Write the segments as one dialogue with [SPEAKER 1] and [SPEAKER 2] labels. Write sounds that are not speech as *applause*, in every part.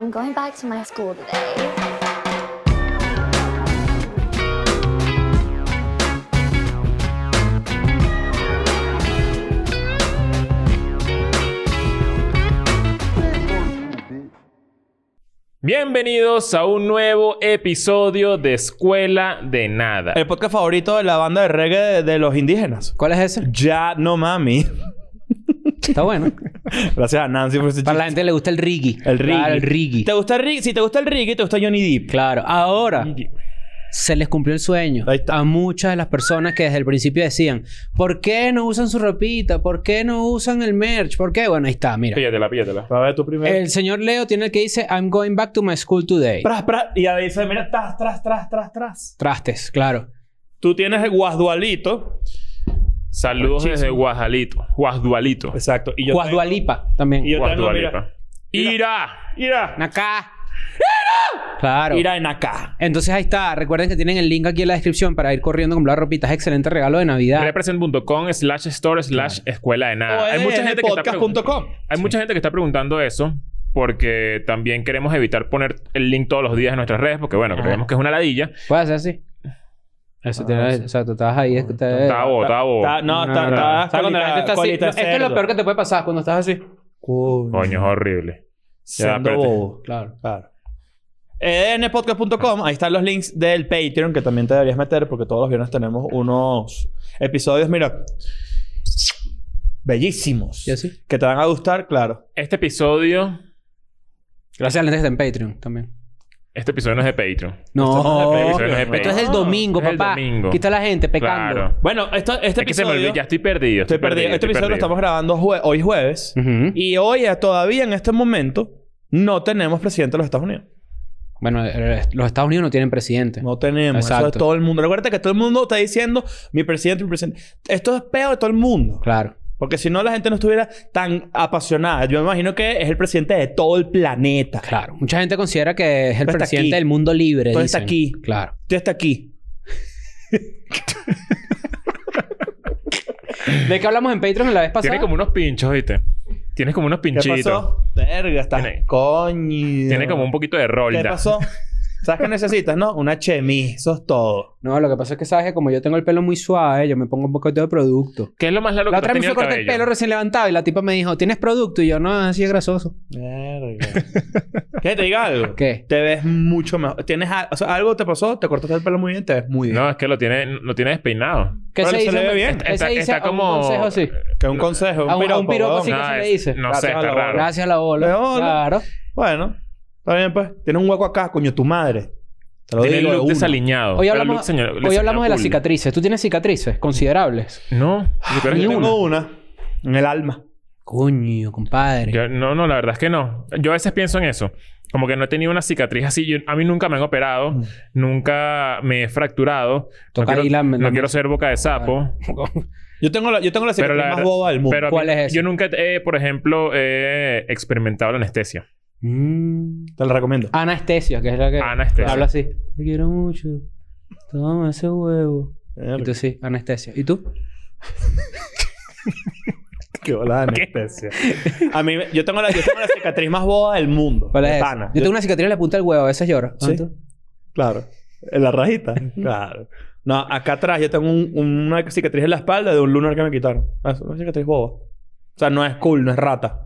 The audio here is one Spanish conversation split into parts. [SPEAKER 1] I'm going back to my school today.
[SPEAKER 2] Bienvenidos a un nuevo episodio de Escuela de Nada.
[SPEAKER 3] El podcast favorito de la banda de reggae de, de los indígenas.
[SPEAKER 4] ¿Cuál es ese?
[SPEAKER 3] Ya no mami. *laughs*
[SPEAKER 4] Está bueno.
[SPEAKER 3] Gracias a Nancy por ese
[SPEAKER 4] Para la
[SPEAKER 3] chiste.
[SPEAKER 4] gente que le gusta el reggae.
[SPEAKER 3] El reggae.
[SPEAKER 4] Claro, el reggae.
[SPEAKER 3] ¿Te gusta el reggae? Si te gusta el reggae, te gusta Johnny Depp.
[SPEAKER 4] Claro. Ahora se les cumplió el sueño
[SPEAKER 3] Ahí está.
[SPEAKER 4] a muchas de las personas que desde el principio decían, ¿por qué no usan su ropita? ¿Por qué no usan el merch? ¿Por qué? Bueno, ahí está, mira.
[SPEAKER 2] Píllatela, píllatela.
[SPEAKER 3] A ver, tú primero.
[SPEAKER 4] El señor Leo tiene el que dice, I'm going back to my school today.
[SPEAKER 3] Pras, pras. Y a veces, mira, tras, tras, tras, tras, tras.
[SPEAKER 4] Trastes, claro.
[SPEAKER 3] Tú tienes el guasdualito.
[SPEAKER 2] Saludos desde Guajalito. Guasdualito.
[SPEAKER 3] Exacto. Y yo
[SPEAKER 4] Guasdualipa
[SPEAKER 3] tengo- Y
[SPEAKER 4] también.
[SPEAKER 3] yo tengo, mira.
[SPEAKER 2] Guasdualipa. ¡Ira!
[SPEAKER 3] Ira.
[SPEAKER 4] Nacá. Claro.
[SPEAKER 3] Ira en acá.
[SPEAKER 4] Entonces ahí está. Recuerden que tienen el link aquí en la descripción para ir corriendo a comprar ropitas. Excelente regalo de Navidad.
[SPEAKER 2] Represent.com slash store slash escuela de nada. Ah, Hay mucha, gente que está pregun-
[SPEAKER 3] Podcast.com.
[SPEAKER 2] Hay mucha gente que está preguntando eso porque también queremos evitar poner el link todos los días en nuestras redes porque, bueno,
[SPEAKER 4] Ajá.
[SPEAKER 2] creemos que es una ladilla.
[SPEAKER 4] Puedes hacer así. Eso
[SPEAKER 3] Ah,
[SPEAKER 4] tiene,
[SPEAKER 3] sí.
[SPEAKER 4] o sea, tú estás ahí. es que te-
[SPEAKER 2] Está bo, está bo.
[SPEAKER 3] Está- No,
[SPEAKER 4] No,
[SPEAKER 3] está,
[SPEAKER 4] no, no.
[SPEAKER 3] está.
[SPEAKER 4] O sea, cuando la gente está así. no, esto es lo peor que te puede pasar cuando estás así.
[SPEAKER 2] Coño, es horrible.
[SPEAKER 3] Siendo
[SPEAKER 2] espérate.
[SPEAKER 3] bobo.
[SPEAKER 4] Claro.
[SPEAKER 3] Claro. Eh, EDNpodcast.com, ahí están los links del Patreon que también te deberías meter porque todos los viernes tenemos unos episodios, mira, bellísimos.
[SPEAKER 4] ¿Y así?
[SPEAKER 3] Que te van a gustar, claro.
[SPEAKER 2] Este episodio...
[SPEAKER 4] Gracias a la gente que está en Patreon también.
[SPEAKER 2] Este episodio no es de Patreon.
[SPEAKER 4] No.
[SPEAKER 3] Patreon,
[SPEAKER 4] Esto
[SPEAKER 3] no
[SPEAKER 4] es,
[SPEAKER 3] es de Patreon.
[SPEAKER 4] el domingo,
[SPEAKER 2] Es el
[SPEAKER 4] papá.
[SPEAKER 2] domingo.
[SPEAKER 4] Aquí está la gente pecando.
[SPEAKER 2] Claro.
[SPEAKER 3] Bueno, esto, este
[SPEAKER 2] Es que se me
[SPEAKER 3] episodio...
[SPEAKER 2] olvidó. Ya estoy perdido.
[SPEAKER 3] estoy perdido. Este
[SPEAKER 2] estoy
[SPEAKER 3] episodio lo
[SPEAKER 2] perdido.
[SPEAKER 3] estamos grabando jue- hoy jueves.
[SPEAKER 4] Ujú.
[SPEAKER 3] Y hoy, eh, todavía en este momento, no tenemos presidente de los Estados Unidos.
[SPEAKER 4] Bueno, eh, los Estados Unidos no tienen presidente.
[SPEAKER 3] No tenemos. Eso
[SPEAKER 4] Exacto.
[SPEAKER 3] es todo el mundo. Recuerda que todo el mundo está diciendo, mi presidente, mi presidente. Esto es peor de todo el mundo.
[SPEAKER 4] Claro.
[SPEAKER 3] Porque si no, la gente no estuviera tan apasionada. Yo me imagino que es el presidente de todo el planeta.
[SPEAKER 4] Claro. Mucha gente considera que es el
[SPEAKER 3] Todo está
[SPEAKER 4] presidente
[SPEAKER 3] aquí.
[SPEAKER 4] del mundo libre.
[SPEAKER 3] Todo está
[SPEAKER 4] dicen.
[SPEAKER 3] aquí.
[SPEAKER 4] Claro.
[SPEAKER 3] Tú está aquí.
[SPEAKER 4] ¿De qué hablamos en Patreon la vez pasada?
[SPEAKER 2] Tiene como unos pinchos, ¿viste? Tienes como unos
[SPEAKER 3] ¿Qué
[SPEAKER 2] pinchitos.
[SPEAKER 3] pasó? Verga, está.
[SPEAKER 2] Tiene-
[SPEAKER 3] Coño.
[SPEAKER 2] Tiene como un poquito de rolda.
[SPEAKER 3] ¿Qué pasó? ¿Sabes qué necesitas, no? Una chemise. Eso es todo.
[SPEAKER 4] No, lo que pasa es que sabes que como yo tengo el pelo muy suave, yo me pongo un poquito de producto.
[SPEAKER 2] ¿Qué es lo más largo
[SPEAKER 4] La
[SPEAKER 2] que tú has
[SPEAKER 4] otra vez me
[SPEAKER 2] tenido
[SPEAKER 4] fue
[SPEAKER 2] el
[SPEAKER 4] corté el
[SPEAKER 2] cabello?
[SPEAKER 4] pelo recién levantado y la tipa me dijo, ¿tienes producto? Y yo, no, así es grasoso.
[SPEAKER 3] Verga. ¿Qué? Te diga algo.
[SPEAKER 4] ¿Qué?
[SPEAKER 3] Te ves mucho mejor. Tienes al- o sea, algo te pasó, te cortaste el pelo muy bien, te ves muy bien.
[SPEAKER 2] No, es que lo tiene, lo tiene despeinado.
[SPEAKER 4] ¿Qué
[SPEAKER 3] Pero
[SPEAKER 4] se
[SPEAKER 3] se
[SPEAKER 4] dice?
[SPEAKER 3] le ve bien.
[SPEAKER 4] ¿Qué se
[SPEAKER 2] Está-
[SPEAKER 4] dice
[SPEAKER 2] está
[SPEAKER 4] a un
[SPEAKER 2] como-
[SPEAKER 4] consejo así?
[SPEAKER 3] Que un consejo, un
[SPEAKER 4] A un- a
[SPEAKER 3] piropo.
[SPEAKER 4] un piropo,
[SPEAKER 3] weón.
[SPEAKER 4] sí.
[SPEAKER 2] no,
[SPEAKER 4] se le
[SPEAKER 2] es-
[SPEAKER 4] dice?
[SPEAKER 2] no
[SPEAKER 3] Gracias
[SPEAKER 2] sé,
[SPEAKER 3] a
[SPEAKER 2] está
[SPEAKER 3] la
[SPEAKER 2] raro.
[SPEAKER 4] Gracias a la bola.
[SPEAKER 3] La bola.
[SPEAKER 4] Claro.
[SPEAKER 3] Bueno. Está bien, pues. Tienes un hueco acá, coño, tu madre. Te lo
[SPEAKER 2] Tiene
[SPEAKER 3] digo
[SPEAKER 2] el
[SPEAKER 3] de
[SPEAKER 2] look
[SPEAKER 3] una.
[SPEAKER 2] desaliñado.
[SPEAKER 4] Hoy
[SPEAKER 2] Pero el
[SPEAKER 4] hablamos,
[SPEAKER 2] look señor-
[SPEAKER 4] hoy
[SPEAKER 2] le señala
[SPEAKER 4] hablamos de las
[SPEAKER 2] full.
[SPEAKER 4] cicatrices. ¿Tú tienes cicatrices considerables?
[SPEAKER 2] No. yo creo que
[SPEAKER 3] Yo
[SPEAKER 2] yo tengo-
[SPEAKER 3] tengo una. En el alma.
[SPEAKER 4] Coño, compadre.
[SPEAKER 2] yo- no, no, la verdad es que no. Yo a veces pienso en eso. Como que no he tenido una cicatriz así. Yo- a mí nunca me han operado.
[SPEAKER 3] Mm.
[SPEAKER 2] Nunca me he fracturado. No
[SPEAKER 4] Toca
[SPEAKER 2] quiero,
[SPEAKER 4] ahí la-
[SPEAKER 2] no
[SPEAKER 4] la-
[SPEAKER 2] quiero ser boca de sapo.
[SPEAKER 3] Yo tengo la, yo tengo la
[SPEAKER 2] Pero
[SPEAKER 3] cicatriz
[SPEAKER 2] la
[SPEAKER 3] más
[SPEAKER 2] verdad-
[SPEAKER 3] boba del mundo.
[SPEAKER 2] Pero a mí-
[SPEAKER 4] ¿Cuál es esa?
[SPEAKER 2] Yo nunca he, por ejemplo, he experimentado la anestesia.
[SPEAKER 4] Mm.
[SPEAKER 3] Te la recomiendo.
[SPEAKER 4] Anestesia, que es la que
[SPEAKER 2] Anestesia.
[SPEAKER 4] habla así. Te quiero mucho. Toma ese huevo. Y tú
[SPEAKER 3] Entonces,
[SPEAKER 4] sí, anestesia. ¿Y tú?
[SPEAKER 3] qué bola de anestesia. A mí, yo tengo la, yo tengo la cicatriz más boba del mundo.
[SPEAKER 4] ¿Cuál
[SPEAKER 3] de
[SPEAKER 4] es esa?
[SPEAKER 3] pana.
[SPEAKER 4] Yo tengo una cicatriz en la punta del huevo. A veces lloro.
[SPEAKER 3] Sí.
[SPEAKER 4] ¿Ah, tú?
[SPEAKER 3] Claro. En la rajita. claro. No, acá atrás yo tengo un- una cicatriz en la espalda de un lunar que me quitaron. Ah, Es una cicatriz boba. O sea, no es cool, no es rata.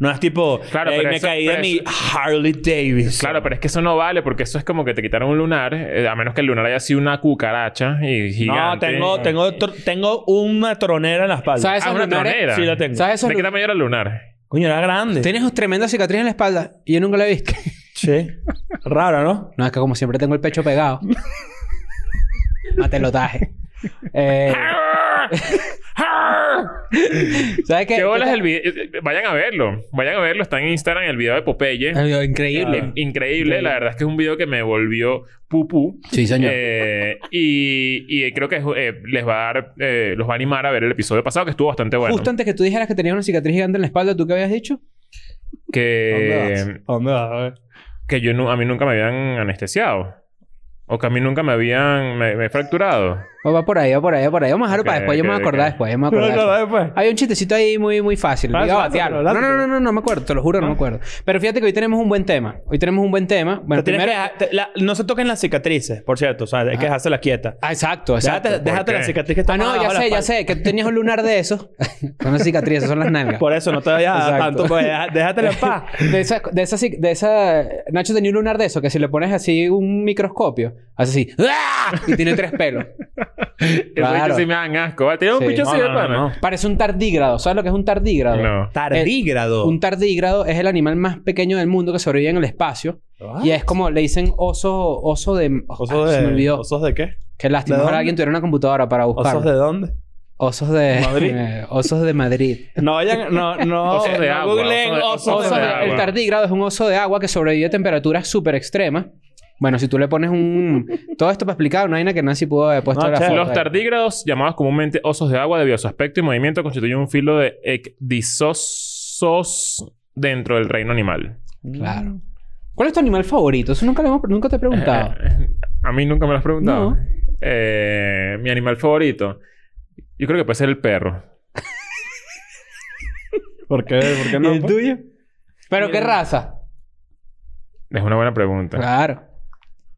[SPEAKER 3] No es tipo,
[SPEAKER 2] Claro,
[SPEAKER 3] "Ey,
[SPEAKER 2] pero
[SPEAKER 3] me
[SPEAKER 2] eso-
[SPEAKER 3] caí
[SPEAKER 2] pero
[SPEAKER 3] de mi Harley Davidson.
[SPEAKER 2] Claro, pero es que eso no vale porque eso es como que te quitaron un lunar, eh, a menos que el lunar haya sido una cucaracha y
[SPEAKER 3] No,
[SPEAKER 2] gigante.
[SPEAKER 3] tengo, tengo, tr- tengo una tronera en la espalda.
[SPEAKER 4] ¿Sabes?
[SPEAKER 2] Ah,
[SPEAKER 4] esos
[SPEAKER 2] una
[SPEAKER 4] lunares.
[SPEAKER 2] tronera.
[SPEAKER 3] Sí, la tengo.
[SPEAKER 4] ¿Sabes esos
[SPEAKER 2] ¿De qué tamaño era el
[SPEAKER 4] *laughs*
[SPEAKER 2] lunar?
[SPEAKER 3] Coño, era grande.
[SPEAKER 4] Tienes una tremenda cicatriz en la espalda y yo nunca la he visto.
[SPEAKER 3] Sí. Rara, ¿no?
[SPEAKER 4] No, es que como siempre tengo el pecho pegado. Matelotaje. Eh, ¿Sabes qué?
[SPEAKER 2] ¿Qué bolas el video? eh, Vayan a verlo. Vayan a verlo. Está en Instagram el video de Popeye. Ah,
[SPEAKER 4] Ay, Dios, Increíble.
[SPEAKER 2] Increíble. Increíble. La verdad es que es un video que me volvió pupú.
[SPEAKER 4] Sí, señor.
[SPEAKER 2] Eh, y, y creo que eh, les va a dar... eh, los va a animar a ver el episodio pasado que estuvo bastante bueno.
[SPEAKER 4] Justo antes que tú dijeras que tenías una cicatriz gigante en la espalda, ¿tú qué habías dicho?
[SPEAKER 3] Eh,
[SPEAKER 2] Que,
[SPEAKER 3] ¿A dónde vas? A ver.
[SPEAKER 2] que yo nu- a mí nunca me habían anestesiado. O que a mí nunca me habían... me- me he fracturado.
[SPEAKER 4] O Oh, va por ahí, va por ahí, va por ahí. Vamos a dejarlo
[SPEAKER 2] Ok,
[SPEAKER 4] para después. Yo me voy a
[SPEAKER 2] ok,
[SPEAKER 4] acordar
[SPEAKER 2] ok.
[SPEAKER 4] después. Yo me
[SPEAKER 3] *laughs*
[SPEAKER 4] voy a
[SPEAKER 3] Pero
[SPEAKER 4] acordar.
[SPEAKER 3] no,
[SPEAKER 4] después.
[SPEAKER 3] después.
[SPEAKER 4] Hay un chistecito ahí muy, muy fácil.
[SPEAKER 3] Ah,
[SPEAKER 4] Voy a
[SPEAKER 3] lánzalo,
[SPEAKER 4] batearlo. No, no,
[SPEAKER 3] lánzalo.
[SPEAKER 4] no, no, no, no me acuerdo. Te lo juro, no me acuerdo. Pero fíjate que hoy tenemos un buen tema. Hoy tenemos un buen tema. Bueno,
[SPEAKER 3] Te tienes
[SPEAKER 4] primero...
[SPEAKER 3] que dejar- te- la- no se toquen las cicatrices, por cierto. O sea, hay que dejárselas quietas.
[SPEAKER 4] Ah, exacto, exacto.
[SPEAKER 3] Déjate, déjate
[SPEAKER 2] qué?
[SPEAKER 3] la cicatriz que está
[SPEAKER 4] Ah,
[SPEAKER 3] más
[SPEAKER 4] no,
[SPEAKER 3] abajo
[SPEAKER 4] ya
[SPEAKER 3] de la
[SPEAKER 4] sé, ya
[SPEAKER 3] espalda.
[SPEAKER 4] sé. Que tú tenías un lunar de esos. *laughs* son las cicatrices, son las nalgas.
[SPEAKER 3] Por eso no te vayas a
[SPEAKER 4] Exacto.
[SPEAKER 3] tanto. pues, deja- Déjatela en paz.
[SPEAKER 4] De esa, de esa, cic- de esa... Nacho tenía un lunar de eso que si le pones así un microscopio, hace así... ¡ah! Y tiene tres pelos.
[SPEAKER 2] Eso es
[SPEAKER 4] Claro.
[SPEAKER 2] que sí me dan asco. ¿vale? Tiene un
[SPEAKER 4] Sí.
[SPEAKER 2] bicho
[SPEAKER 3] No,
[SPEAKER 2] así de
[SPEAKER 3] no, no,
[SPEAKER 2] pana.
[SPEAKER 3] no.
[SPEAKER 4] Parece un tardígrado. ¿Sabes lo que es un tardígrado?
[SPEAKER 2] No.
[SPEAKER 3] Tardígrado.
[SPEAKER 4] Eh, Un tardígrado es el animal más pequeño del mundo que sobrevive en el espacio. Y es como le dicen oso, oso de. oh,
[SPEAKER 3] ¿Osos
[SPEAKER 4] ah,
[SPEAKER 3] de,
[SPEAKER 4] Se me olvidó.
[SPEAKER 3] ¿Osos de qué?
[SPEAKER 4] Qué
[SPEAKER 3] ¿De
[SPEAKER 4] lástima. Ahora
[SPEAKER 3] dónde?
[SPEAKER 4] alguien tuviera una computadora para buscarlo.
[SPEAKER 3] ¿Osos de dónde?
[SPEAKER 4] Osos de.
[SPEAKER 3] Madrid.
[SPEAKER 4] *laughs* osos de Madrid.
[SPEAKER 3] No vayan... No, *laughs* no...
[SPEAKER 2] Osos de
[SPEAKER 3] no
[SPEAKER 2] agua,
[SPEAKER 3] googleen
[SPEAKER 2] osos de-
[SPEAKER 3] osos
[SPEAKER 2] osos
[SPEAKER 3] de
[SPEAKER 4] Osos de-
[SPEAKER 3] agua.
[SPEAKER 4] el tardígrado es un oso de agua que sobrevive a temperaturas súper extremas. Bueno, si tú le pones un. Todo esto para explicar, una vaina que Nancy pudo haber puesto
[SPEAKER 3] No,
[SPEAKER 4] la
[SPEAKER 3] che,
[SPEAKER 4] foto
[SPEAKER 2] Los
[SPEAKER 4] ahí.
[SPEAKER 2] tardígrados, llamados comúnmente osos de agua, debido a su aspecto y movimiento, constituyen un filo de ecdisosos dentro del reino animal.
[SPEAKER 3] Mm.
[SPEAKER 4] Claro. ¿Cuál es tu animal favorito? Eso nunca, le hemos- nunca te he preguntado.
[SPEAKER 3] *laughs*
[SPEAKER 2] Eh, a mí nunca me lo has preguntado.
[SPEAKER 4] No.
[SPEAKER 2] Eh, Mi animal favorito. Yo creo que puede ser el perro.
[SPEAKER 3] ¿Por qué? ¿Por qué no?
[SPEAKER 4] ¿Y el
[SPEAKER 3] pues?
[SPEAKER 4] tuyo? ¿Pero qué
[SPEAKER 3] Mira.
[SPEAKER 4] raza?
[SPEAKER 2] Es una buena pregunta.
[SPEAKER 4] Claro.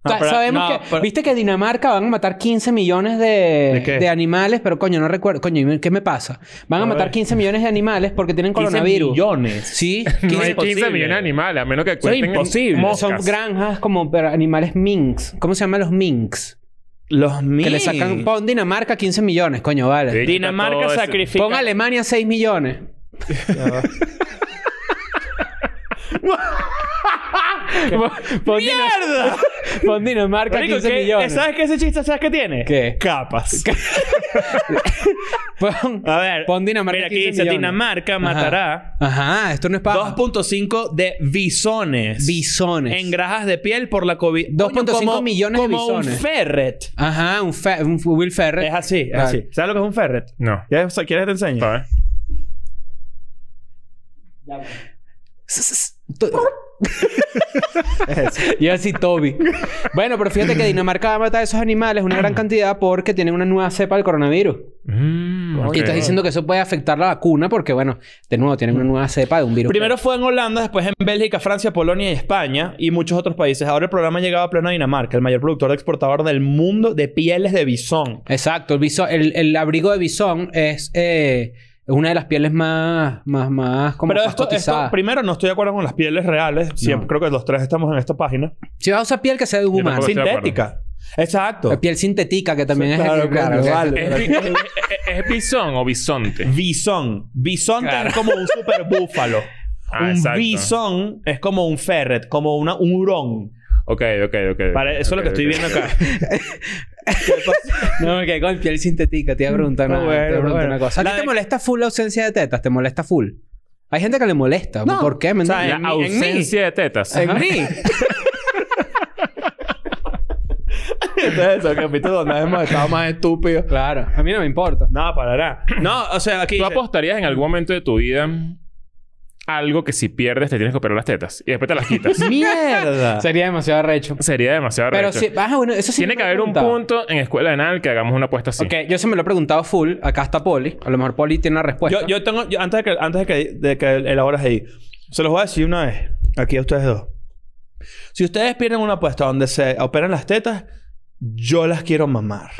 [SPEAKER 3] No,
[SPEAKER 4] Ta-
[SPEAKER 3] pero- no,
[SPEAKER 4] Sabemos que...
[SPEAKER 3] pero-
[SPEAKER 4] Viste que Dinamarca van a matar 15 millones de,
[SPEAKER 3] ¿De qué?
[SPEAKER 4] de animales, pero coño, no recuerdo. Coño, ¿qué me pasa? Van a,
[SPEAKER 3] A
[SPEAKER 4] matar
[SPEAKER 3] ver.
[SPEAKER 4] 15 millones de animales porque tienen
[SPEAKER 3] 15
[SPEAKER 4] coronavirus.
[SPEAKER 3] millones. *laughs*
[SPEAKER 4] Sí.
[SPEAKER 2] No hay 15
[SPEAKER 3] imposible.
[SPEAKER 2] millones de animales, a menos que
[SPEAKER 3] Eso es
[SPEAKER 2] cuenten
[SPEAKER 3] imposible.
[SPEAKER 2] moscas.
[SPEAKER 4] Son granjas como pero animales minks. ¿Cómo se llaman los minks?
[SPEAKER 3] Los mil.
[SPEAKER 4] Que le sacan... Pon Dinamarca 15 millones, coño, vale.
[SPEAKER 2] Sí, Todo
[SPEAKER 3] Dinamarca
[SPEAKER 2] eso.
[SPEAKER 3] sacrifica...
[SPEAKER 4] Pon Alemania 6 millones. *laughs* Pon Dina-
[SPEAKER 3] ¡Mierda!
[SPEAKER 4] *laughs* Pon Dinamarca
[SPEAKER 3] Marico,
[SPEAKER 4] 15
[SPEAKER 3] ¿qué-
[SPEAKER 4] millones.
[SPEAKER 3] ¿Sabes qué ese chiste? ¿Sabes qué tiene?
[SPEAKER 4] ¿Qué?
[SPEAKER 3] Capas.
[SPEAKER 4] Pon,
[SPEAKER 3] *laughs* A ver.
[SPEAKER 4] pon Dinamarca
[SPEAKER 3] Mira, aquí
[SPEAKER 4] 15
[SPEAKER 3] dice:
[SPEAKER 4] millones.
[SPEAKER 3] Dinamarca matará
[SPEAKER 4] Ajá, esto no es paja.
[SPEAKER 3] 2.5 de bisones.
[SPEAKER 4] bisones.
[SPEAKER 3] En grajas de piel por la COVID.
[SPEAKER 4] 2.5
[SPEAKER 3] Coño, como-
[SPEAKER 4] millones de
[SPEAKER 3] Como
[SPEAKER 4] bisones.
[SPEAKER 3] un ferret.
[SPEAKER 4] Ajá, un, fe- un Will Ferrell.
[SPEAKER 3] Es así, es
[SPEAKER 4] Claro.
[SPEAKER 3] así. ¿Sabes lo que es un ferret?
[SPEAKER 2] No.
[SPEAKER 3] ¿Ya, o sea, ¿Quieres que te enseñe? *laughs*
[SPEAKER 2] A ver.
[SPEAKER 4] *laughs* Yo así Toby. bueno, pero fíjate que Dinamarca va a matar a esos animales una
[SPEAKER 3] *clears throat*
[SPEAKER 4] gran cantidad porque tienen una nueva cepa del coronavirus.
[SPEAKER 2] Mm, ok.
[SPEAKER 4] Y estás diciendo que eso puede afectar la vacuna porque, bueno, de nuevo, tienen una nueva cepa de un virus.
[SPEAKER 3] Mm. Primero fue en Holanda, después en Bélgica, Francia, Polonia y España y muchos otros países. Ahora el programa ha llegado a pleno a Dinamarca, el mayor productor de exportador del mundo de pieles de bisón.
[SPEAKER 4] Exacto. El, biso- el, el abrigo de bisón es eh, una de las pieles más... Más... Más... Como
[SPEAKER 3] Pero
[SPEAKER 4] más
[SPEAKER 3] esto,
[SPEAKER 4] cotizadas.
[SPEAKER 3] esto, primero, no estoy de acuerdo con las pieles reales. Siempre,
[SPEAKER 4] No.
[SPEAKER 3] Creo que los tres estamos en esta página.
[SPEAKER 4] Si vas a usar piel que sea de un
[SPEAKER 2] Yo
[SPEAKER 4] humano.
[SPEAKER 2] tampoco- estoy de
[SPEAKER 3] Sintética. Exacto.
[SPEAKER 4] Piel sintética que también es...
[SPEAKER 3] Claro, claro,
[SPEAKER 4] que-
[SPEAKER 3] vale.
[SPEAKER 2] ¿Es, bi- es- es bisón o bisonte?
[SPEAKER 3] Bisón. Bisón
[SPEAKER 4] Claro.
[SPEAKER 3] es como un super búfalo.
[SPEAKER 2] *laughs* Ah,
[SPEAKER 3] un
[SPEAKER 2] exacto.
[SPEAKER 3] bisón es como un ferret, como una, un hurón.
[SPEAKER 2] Ok, ok, ok.
[SPEAKER 3] Para- eso es lo que
[SPEAKER 2] ok,
[SPEAKER 3] estoy
[SPEAKER 2] ok,
[SPEAKER 3] viendo
[SPEAKER 2] ok.
[SPEAKER 3] *laughs* acá.
[SPEAKER 4] *laughs* No, me quedé con piel sintética. Te iba a preguntar, una-
[SPEAKER 3] Ah, bueno,
[SPEAKER 4] te iba a preguntar
[SPEAKER 3] bueno.
[SPEAKER 4] una cosa. ¿A ti
[SPEAKER 3] La
[SPEAKER 4] te
[SPEAKER 3] de-
[SPEAKER 4] molesta full la ausencia de tetas? ¿Te molesta full? Hay gente que le molesta.
[SPEAKER 3] No.
[SPEAKER 4] ¿Por qué? ¿Me
[SPEAKER 3] O sea,
[SPEAKER 4] entiendes?
[SPEAKER 3] en
[SPEAKER 2] La
[SPEAKER 3] mí- en mí.
[SPEAKER 2] ausencia de tetas.
[SPEAKER 4] En mí.
[SPEAKER 3] *laughs* Entonces, el capítulo donde hemos estado más estúpidos.
[SPEAKER 4] claro. A mí no me importa.
[SPEAKER 3] No, para nada. No, o sea, aquí.
[SPEAKER 2] ¿Tú
[SPEAKER 3] *laughs* dice-
[SPEAKER 2] apostarías en algún momento de tu vida algo que si pierdes te tienes que operar las tetas y después te las
[SPEAKER 3] *laughs*
[SPEAKER 2] quitas?
[SPEAKER 3] ¡Mierda!
[SPEAKER 4] Sería demasiado arrecho.
[SPEAKER 2] Sería demasiado
[SPEAKER 4] Pero
[SPEAKER 2] arrecho.
[SPEAKER 4] sí... Ah, bueno. Eso sí
[SPEAKER 2] Tiene
[SPEAKER 4] me
[SPEAKER 2] que
[SPEAKER 4] lo he
[SPEAKER 2] haber un
[SPEAKER 4] preguntado.
[SPEAKER 2] punto en escuela de nada que hagamos una apuesta así.
[SPEAKER 4] Ok. Yo se me lo he preguntado full. Acá está Poli. A lo mejor Poli tiene una respuesta.
[SPEAKER 3] Yo, yo tengo. yo- antes de que, antes de que, de que elabores ahí, se los voy a decir una vez. Aquí a ustedes dos. Si ustedes pierden una apuesta donde se operan las tetas, yo las quiero
[SPEAKER 4] *laughs*
[SPEAKER 3] mamar.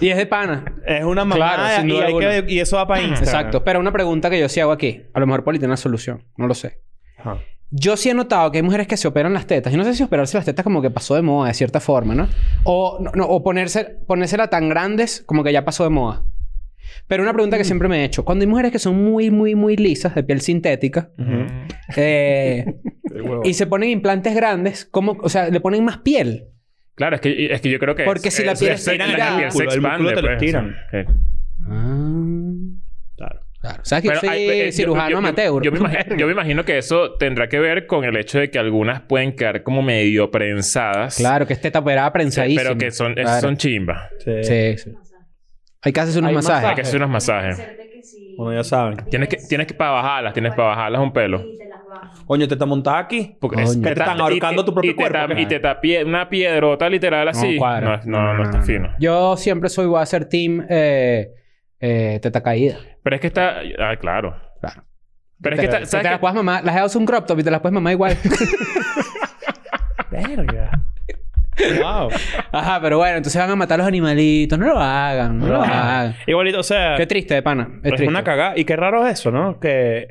[SPEAKER 4] Y es de pana.
[SPEAKER 3] es una mamada
[SPEAKER 4] Claro, sin duda
[SPEAKER 3] y, hay que-
[SPEAKER 4] alguna.
[SPEAKER 3] y eso va para Instagram.
[SPEAKER 4] Exacto. Pero una pregunta que yo sí hago aquí. A lo mejor Poli tiene una solución. No lo sé.
[SPEAKER 3] Ajá.
[SPEAKER 4] Yo sí he notado que hay mujeres que se operan las tetas. Yo no sé si operarse las tetas como que pasó de moda de cierta forma, ¿no? O, no, no, o ponerse, ponérsela tan grandes como que ya pasó de moda. Pero una pregunta que siempre me he hecho. Cuando hay mujeres que son muy, muy, muy lisas, de piel sintética,
[SPEAKER 2] Mm.
[SPEAKER 4] eh,
[SPEAKER 2] *laughs*
[SPEAKER 4] y se ponen implantes grandes, ¿cómo, o sea, le ponen más piel.
[SPEAKER 2] Claro, es que, es que yo creo que...
[SPEAKER 4] Porque si la
[SPEAKER 2] es-
[SPEAKER 4] piel
[SPEAKER 2] es-
[SPEAKER 4] está
[SPEAKER 2] la
[SPEAKER 4] estirada-
[SPEAKER 2] piel se
[SPEAKER 3] El músculo- el músculo
[SPEAKER 2] expande,
[SPEAKER 3] te lo
[SPEAKER 2] pues.
[SPEAKER 3] estiran.
[SPEAKER 2] Ok.
[SPEAKER 3] Claro.
[SPEAKER 4] Claro. ¿Sabes que
[SPEAKER 2] Pero
[SPEAKER 4] yo soy
[SPEAKER 2] hay- eh, yo-
[SPEAKER 4] cirujano
[SPEAKER 2] yo- yo-
[SPEAKER 4] amateur?
[SPEAKER 2] Yo, me imagino, yo me imagino que eso tendrá que ver con el hecho de que algunas pueden quedar como medio prensadas. eh,
[SPEAKER 4] Claro, que es teta operada prensadísima.
[SPEAKER 2] Pero que son,
[SPEAKER 4] Claro.
[SPEAKER 2] son chimbas.
[SPEAKER 3] Sí.
[SPEAKER 4] Sí, sí. Hay que hacerse unos
[SPEAKER 3] Hay
[SPEAKER 4] masajes.
[SPEAKER 2] Hay que hacer unos masajes.
[SPEAKER 3] Bueno, ya saben.
[SPEAKER 2] Tienes que, tienes que para bajarlas, tienes para bajarlas un pelo.
[SPEAKER 3] Coño, te está montada aquí.
[SPEAKER 2] Porque es-
[SPEAKER 4] Coño.
[SPEAKER 3] Te están
[SPEAKER 2] ta-
[SPEAKER 3] ahorcando
[SPEAKER 2] y-
[SPEAKER 3] tu propio
[SPEAKER 2] y te ta-
[SPEAKER 3] cuerpo,
[SPEAKER 2] y te tapie una piedrota literal así. No,
[SPEAKER 4] cuadra.
[SPEAKER 2] es- no, no, está fino.
[SPEAKER 4] Yo siempre soy, voy a ser team eh, eh, teta caída.
[SPEAKER 2] Pero es que está... Ah, claro.
[SPEAKER 4] Claro.
[SPEAKER 2] Pero es que
[SPEAKER 4] te,
[SPEAKER 2] está... ¿sabes
[SPEAKER 4] te las
[SPEAKER 2] qué?
[SPEAKER 4] puedes mamar. Las haces un crop top y te las puedes
[SPEAKER 2] *laughs*
[SPEAKER 4] mamar igual.
[SPEAKER 3] Verga. wow.
[SPEAKER 4] Ajá, pero bueno, entonces van a matar a los animalitos. No lo hagan, no lo hagan.
[SPEAKER 3] Igualito, o sea...
[SPEAKER 4] Qué triste, de pana. Es
[SPEAKER 3] Es
[SPEAKER 4] triste.
[SPEAKER 3] una cagada. Y qué raro es eso, ¿no? Que...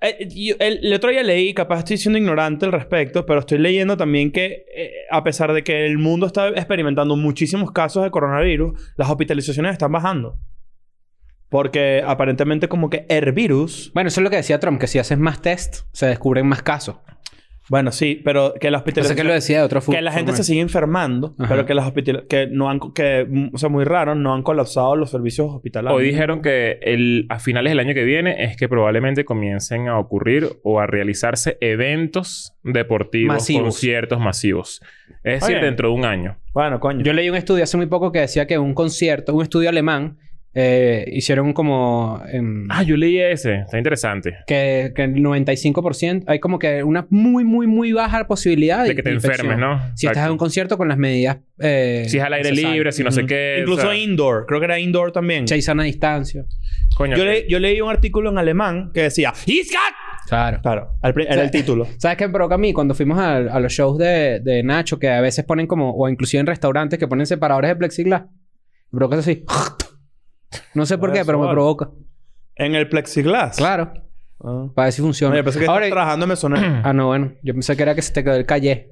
[SPEAKER 3] Eh, yo- el, el otro día leí, capaz estoy siendo ignorante al respecto, pero estoy leyendo también que eh, a pesar de que el mundo está experimentando muchísimos casos de coronavirus, las hospitalizaciones están bajando. Porque aparentemente como que el virus...
[SPEAKER 4] Bueno, eso es lo que decía Trump, que si haces más test, se descubren más casos.
[SPEAKER 3] Bueno, sí, pero que las
[SPEAKER 4] No sé
[SPEAKER 3] hospitalizaciones...
[SPEAKER 4] qué lo decía de otro fútbol.
[SPEAKER 3] que la gente se sigue enfermando,
[SPEAKER 4] Ajá.
[SPEAKER 3] pero que las hospitalizaciones... Que no han... Que, mm, o sea, muy raro, no han colapsado los servicios hospitalarios.
[SPEAKER 2] Hoy dijeron que el, a finales del año que viene es que probablemente comiencen a ocurrir o a realizarse eventos deportivos,
[SPEAKER 4] Masivos.
[SPEAKER 2] conciertos masivos. Es decir,
[SPEAKER 3] Oye.
[SPEAKER 2] dentro de un año.
[SPEAKER 3] Bueno,
[SPEAKER 2] Mm.
[SPEAKER 3] coño.
[SPEAKER 4] Yo leí un estudio hace muy poco que decía que un concierto, un estudio alemán, eh, hicieron como... em,
[SPEAKER 2] Ah, yo leí ese. Está interesante.
[SPEAKER 4] que, que el 95%, hay como que una muy, muy, muy baja posibilidad
[SPEAKER 2] De que te
[SPEAKER 4] infección.
[SPEAKER 2] enfermes, ¿no?
[SPEAKER 4] Si estás
[SPEAKER 2] Exacto.
[SPEAKER 4] en un concierto con las medidas... eh,
[SPEAKER 2] Si es al aire
[SPEAKER 4] necesarias.
[SPEAKER 2] libre, si no sé
[SPEAKER 3] Ujú.
[SPEAKER 2] qué. o
[SPEAKER 3] Incluso
[SPEAKER 2] sea,
[SPEAKER 3] indoor. Creo que era indoor también.
[SPEAKER 4] Mucha y sana distancia.
[SPEAKER 2] coño,
[SPEAKER 3] Yo,
[SPEAKER 2] que-
[SPEAKER 3] le- yo leí un artículo en alemán que decía ¡Iskat!
[SPEAKER 4] Claro.
[SPEAKER 3] Claro, al pri- era el título.
[SPEAKER 4] ¿Sabes qué me provoca a mí? Cuando fuimos a, a los shows de, de Nacho, que a veces ponen como, o inclusive en restaurantes que ponen separadores de plexiglas, me provoca eso así. *laughs* No sé por qué,
[SPEAKER 3] Eso,
[SPEAKER 4] pero me
[SPEAKER 3] vale.
[SPEAKER 4] provoca.
[SPEAKER 3] En el plexiglass.
[SPEAKER 4] Claro,
[SPEAKER 3] Ah.
[SPEAKER 4] para ver si funciona.
[SPEAKER 3] Oye, pensé que
[SPEAKER 4] Ahora,
[SPEAKER 3] estás trabajando me *clears throat* sonó.
[SPEAKER 4] ah, no, bueno, yo pensé que era que se te quedó el calle.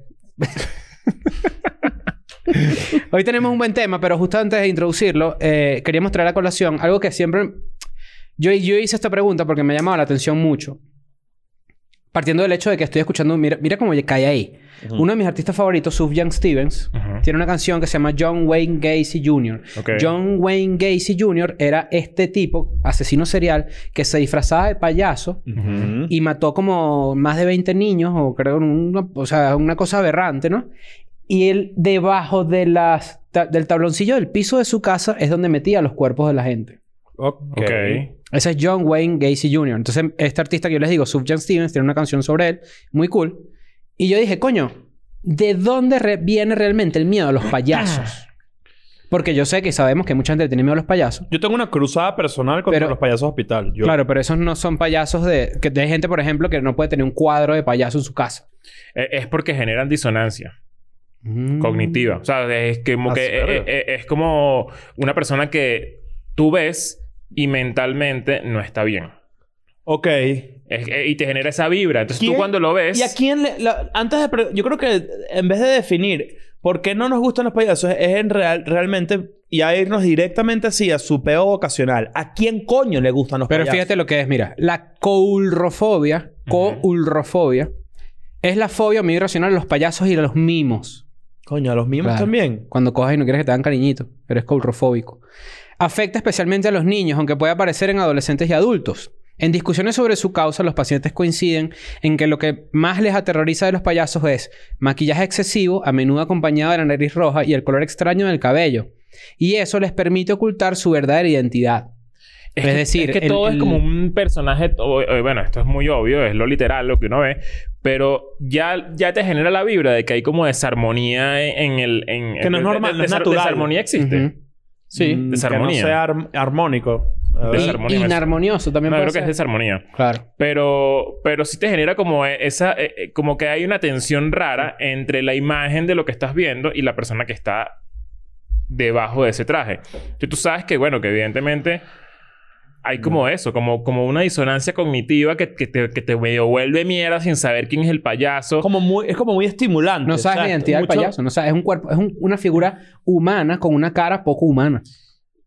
[SPEAKER 4] Hoy tenemos un buen tema, pero justo antes de introducirlo, eh, queríamos traer a colación algo que siempre. Yo, yo hice esta pregunta porque me ha llamado la atención mucho. Partiendo del hecho de que estoy escuchando, mira, mira cómo cae ahí. Uno de mis artistas favoritos, Suf Young Stevens,
[SPEAKER 2] Ujú.
[SPEAKER 4] tiene una canción que se llama John Wayne Gacy Jr.
[SPEAKER 2] Ok.
[SPEAKER 4] John Wayne Gacy Jr. era este tipo, asesino serial, que se disfrazaba de payaso
[SPEAKER 3] Ujú.
[SPEAKER 4] y mató como más de 20 niños, o creo, una, o sea, una cosa aberrante, ¿no? Y él, debajo de las, ta- del tabloncillo del piso de su casa, es donde metía los cuerpos de la gente.
[SPEAKER 3] Ok.
[SPEAKER 2] Ok. E-,
[SPEAKER 4] Ese es John Wayne Gacy Jr. Entonces, este artista que yo les digo, Subjan Stevens, tiene una canción sobre él, muy cool. Y yo dije, coño, ¿de dónde re- viene realmente el miedo a los payasos? Porque yo sé que sabemos que mucha gente le tiene miedo a los payasos.
[SPEAKER 3] Yo tengo una cruzada personal contra
[SPEAKER 4] Pero-
[SPEAKER 3] los payasos hospital. Yo-
[SPEAKER 4] Claro, pero esos no son payasos de... Que hay gente, por ejemplo, que no puede tener un cuadro de payaso en su casa.
[SPEAKER 2] Eh, Es porque generan disonancia Mm.
[SPEAKER 4] Mm.
[SPEAKER 2] cognitiva. O sea, es que como,
[SPEAKER 3] Ah,
[SPEAKER 2] que,
[SPEAKER 3] sí,
[SPEAKER 2] eh,
[SPEAKER 3] verga.
[SPEAKER 2] eh, eh, es como una persona que tú ves y mentalmente no está bien.
[SPEAKER 3] Ok.
[SPEAKER 2] Es- eh, y te genera esa vibra. Entonces
[SPEAKER 3] ¿Quién-
[SPEAKER 2] tú cuando lo ves...
[SPEAKER 3] ¿Y a quién le, la- antes de pre- yo creo que en vez de definir por qué no nos gustan los payasos es en real realmente y a irnos directamente así a su peo vocacional. ¿A quién coño le gustan los
[SPEAKER 4] Pero
[SPEAKER 3] payasos?
[SPEAKER 4] fíjate lo que es, mira, la coulrofobia, coulrofobia, es la fobia medio irracional a los payasos y a los mimos.
[SPEAKER 3] Coño, a los mismos
[SPEAKER 4] Claro.
[SPEAKER 3] también.
[SPEAKER 4] Cuando coges y no quieres que te hagan cariñito, eres coulrofóbico. Afecta especialmente a los niños, aunque puede aparecer en adolescentes y adultos. En discusiones sobre su causa, los pacientes coinciden en que lo que más les aterroriza de los payasos es maquillaje excesivo, a menudo acompañado de la nariz roja y el color extraño del cabello. Y eso les permite ocultar su verdadera identidad. Es,
[SPEAKER 2] que-
[SPEAKER 4] decir,
[SPEAKER 2] es que
[SPEAKER 4] el-
[SPEAKER 2] todo es
[SPEAKER 4] el-
[SPEAKER 2] como un personaje. o- o- bueno, esto es muy obvio, es lo literal lo que uno ve, pero ya, ya te genera la vibra de que hay como desarmonía en, en el. En,
[SPEAKER 3] Que no es
[SPEAKER 2] en- de-
[SPEAKER 3] normal,
[SPEAKER 2] de-
[SPEAKER 3] no es
[SPEAKER 2] desar-
[SPEAKER 3] natural.
[SPEAKER 2] Desarmonía existe.
[SPEAKER 4] Ujú. Sí.
[SPEAKER 3] Mm,
[SPEAKER 2] Desarmonía.
[SPEAKER 3] Que no sea arm- armónico. A ver.
[SPEAKER 2] Des- Desarmonía,
[SPEAKER 4] Y- Inarmonioso
[SPEAKER 2] No,
[SPEAKER 4] también
[SPEAKER 2] yo
[SPEAKER 4] puede
[SPEAKER 2] creo que es
[SPEAKER 4] ser.
[SPEAKER 2] desarmonía.
[SPEAKER 4] Claro.
[SPEAKER 2] Pero, pero sí te genera como e- esa. eh, eh, como que hay una tensión rara entre la imagen de lo que estás viendo y la persona que está debajo de ese traje. Que tú sabes que, bueno, que evidentemente. Hay
[SPEAKER 3] Mm.
[SPEAKER 2] como eso, como, como una disonancia cognitiva que, que te, que te medio vuelve mierda sin saber quién es el payaso.
[SPEAKER 3] como muy, es como muy estimulante.
[SPEAKER 4] No sabes la
[SPEAKER 3] exacto.
[SPEAKER 4] identidad
[SPEAKER 3] Mucho-
[SPEAKER 4] del payaso. No sabes, es un cuerpo, es un- una figura humana con una cara poco humana.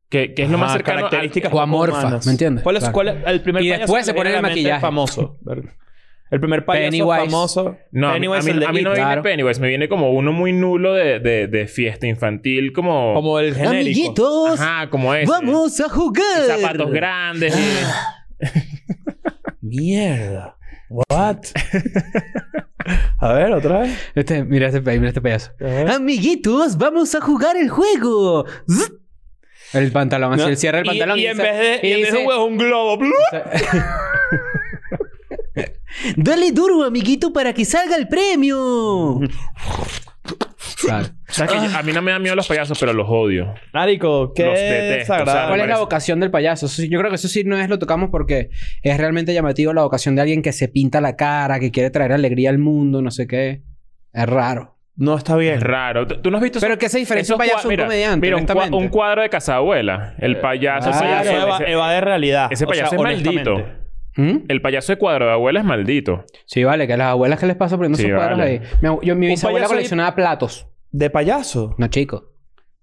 [SPEAKER 2] Que, que es lo más
[SPEAKER 3] Ajá,
[SPEAKER 2] cercano al-
[SPEAKER 3] características
[SPEAKER 4] o
[SPEAKER 3] poco
[SPEAKER 4] amorfa,
[SPEAKER 3] humanas.
[SPEAKER 4] ¿me entiendes?
[SPEAKER 3] ¿Cuál es,
[SPEAKER 4] Claro.
[SPEAKER 3] cuál es el primer
[SPEAKER 4] Y
[SPEAKER 3] payaso
[SPEAKER 4] después
[SPEAKER 3] que
[SPEAKER 4] se
[SPEAKER 3] le
[SPEAKER 4] pone
[SPEAKER 3] viene
[SPEAKER 4] el
[SPEAKER 3] a la mente
[SPEAKER 4] maquillaje.
[SPEAKER 3] famoso? Verga. El primer payaso
[SPEAKER 4] Pennywise.
[SPEAKER 3] famoso.
[SPEAKER 2] No, a mí,
[SPEAKER 3] Pennywise,
[SPEAKER 2] a mí-
[SPEAKER 3] el de
[SPEAKER 2] a mí no
[SPEAKER 3] It.
[SPEAKER 2] me viene
[SPEAKER 4] claro.
[SPEAKER 2] Pennywise. Me viene como uno muy nulo de, de, de fiesta infantil. Como...
[SPEAKER 3] Como el genérico.
[SPEAKER 2] Ajá, como ese.
[SPEAKER 4] a jugar.
[SPEAKER 2] Y Zapatos grandes.
[SPEAKER 3] *laughs*
[SPEAKER 2] y-
[SPEAKER 3] Mierda. What? *laughs* a ver, otra vez.
[SPEAKER 4] Este, mira este, pe- mira este payaso.
[SPEAKER 3] A ver.
[SPEAKER 4] Amiguitos, vamos a jugar el juego. Zzz. El pantalón, así
[SPEAKER 3] No.
[SPEAKER 4] el cierre del
[SPEAKER 3] Y-
[SPEAKER 4] pantalón.
[SPEAKER 3] Y, en
[SPEAKER 4] dice-
[SPEAKER 3] vez de,
[SPEAKER 4] y
[SPEAKER 3] y en vez de
[SPEAKER 4] dice-
[SPEAKER 3] un huevo, un globo. ¡blu!
[SPEAKER 5] Dale duro, amiguito, para que salga el premio.
[SPEAKER 4] Claro.
[SPEAKER 2] ¿Sabes que
[SPEAKER 4] Ah.
[SPEAKER 2] yo- A mí no me dan miedo los payasos, pero los odio.
[SPEAKER 3] Marico, qué
[SPEAKER 2] Los detesto,
[SPEAKER 3] desagradable.
[SPEAKER 4] ¿Cuál
[SPEAKER 2] Me
[SPEAKER 4] es la
[SPEAKER 2] parece.
[SPEAKER 4] vocación del payaso? Eso sí- Yo creo que eso sí no es lo tocamos porque es realmente llamativo la vocación de alguien que se pinta la cara, que quiere traer alegría al mundo, no sé qué. Es raro.
[SPEAKER 3] No está bien.
[SPEAKER 2] Es raro. ¿Tú tú no has visto
[SPEAKER 4] Pero ¿qué se diferencia un
[SPEAKER 2] esos cua-
[SPEAKER 4] payaso a un
[SPEAKER 2] mira,
[SPEAKER 4] comediante?
[SPEAKER 2] Mira, un, cua-
[SPEAKER 4] honestamente? Eh, ah,
[SPEAKER 2] un cuadro de Casabuela. El payaso...
[SPEAKER 4] claro.
[SPEAKER 2] el
[SPEAKER 3] Payaso,
[SPEAKER 2] payaso-
[SPEAKER 3] eva-
[SPEAKER 2] ese-
[SPEAKER 3] evade realidad.
[SPEAKER 2] Ese
[SPEAKER 3] O sea,
[SPEAKER 2] payaso es
[SPEAKER 3] honestamente.
[SPEAKER 2] maldito.
[SPEAKER 4] ¿Mm?
[SPEAKER 2] El payaso de cuadro de abuela es maldito.
[SPEAKER 4] Sí, vale, que a las abuelas que les pasa poniendo
[SPEAKER 2] Sí,
[SPEAKER 4] sus cuadros
[SPEAKER 2] vale.
[SPEAKER 4] ahí. Mi, abu- yo, mi
[SPEAKER 3] Un
[SPEAKER 4] bisabuela
[SPEAKER 3] payaso ahí-
[SPEAKER 4] coleccionaba platos.
[SPEAKER 3] ¿De payaso?
[SPEAKER 4] No, chico.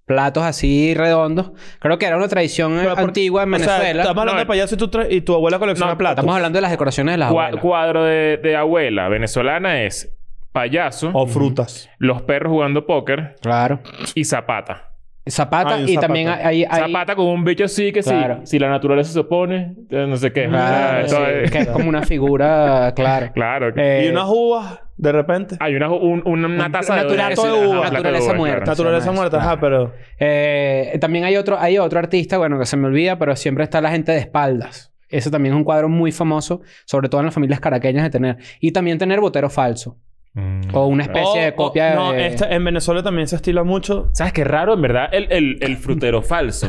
[SPEAKER 4] Platos así redondos. Creo que era una tradición eh,
[SPEAKER 3] Pero por-
[SPEAKER 4] antigua en
[SPEAKER 3] O sea,
[SPEAKER 4] Venezuela.
[SPEAKER 3] estamos hablando
[SPEAKER 2] No,
[SPEAKER 3] de payaso y tu, tra- y tu abuela colecciona
[SPEAKER 2] no,
[SPEAKER 3] platos.
[SPEAKER 4] Estamos hablando de las decoraciones de las
[SPEAKER 2] Cua-
[SPEAKER 4] abuelas.
[SPEAKER 2] cuadro de, de abuela venezolana es payaso,
[SPEAKER 4] Oh.
[SPEAKER 3] O frutas.
[SPEAKER 2] los perros jugando póker
[SPEAKER 4] Claro.
[SPEAKER 2] y zapata.
[SPEAKER 4] Zapata
[SPEAKER 3] Ah, y
[SPEAKER 4] y
[SPEAKER 3] Zapata.
[SPEAKER 4] también hay... hay- hay-
[SPEAKER 2] Zapata con un bicho así que sí.
[SPEAKER 4] Claro.
[SPEAKER 2] Si la naturaleza se opone, eh, no sé qué. Ah,
[SPEAKER 4] Claro,
[SPEAKER 2] eso
[SPEAKER 4] sí,
[SPEAKER 2] es-
[SPEAKER 4] que es como una figura, claro.
[SPEAKER 2] *laughs* Claro.
[SPEAKER 4] Eh,
[SPEAKER 3] y unas uvas, de repente.
[SPEAKER 2] Hay una, un- un- una taza de
[SPEAKER 4] naturaleza-
[SPEAKER 2] sí,
[SPEAKER 3] de
[SPEAKER 2] ajá,
[SPEAKER 3] uva.
[SPEAKER 2] plato de
[SPEAKER 4] Naturaleza
[SPEAKER 2] uva,
[SPEAKER 4] muerta.
[SPEAKER 2] claro.
[SPEAKER 3] Naturaleza
[SPEAKER 4] Claro.
[SPEAKER 3] muerta, ajá, pero...
[SPEAKER 4] eh, también hay otro, hay otro artista, bueno, que se me olvida, pero siempre está la gente de espaldas. Ese también es un cuadro muy famoso, sobre todo en las familias caraqueñas de tener. Y también tener botero falso.
[SPEAKER 2] Mm.
[SPEAKER 4] O una especie
[SPEAKER 3] O-
[SPEAKER 4] de
[SPEAKER 3] o-
[SPEAKER 4] copia de...
[SPEAKER 3] oh, No, esta- en Venezuela también se estila mucho.
[SPEAKER 2] ¿Sabes qué raro, en verdad? El, el- el frutero
[SPEAKER 3] *laughs*
[SPEAKER 2] falso.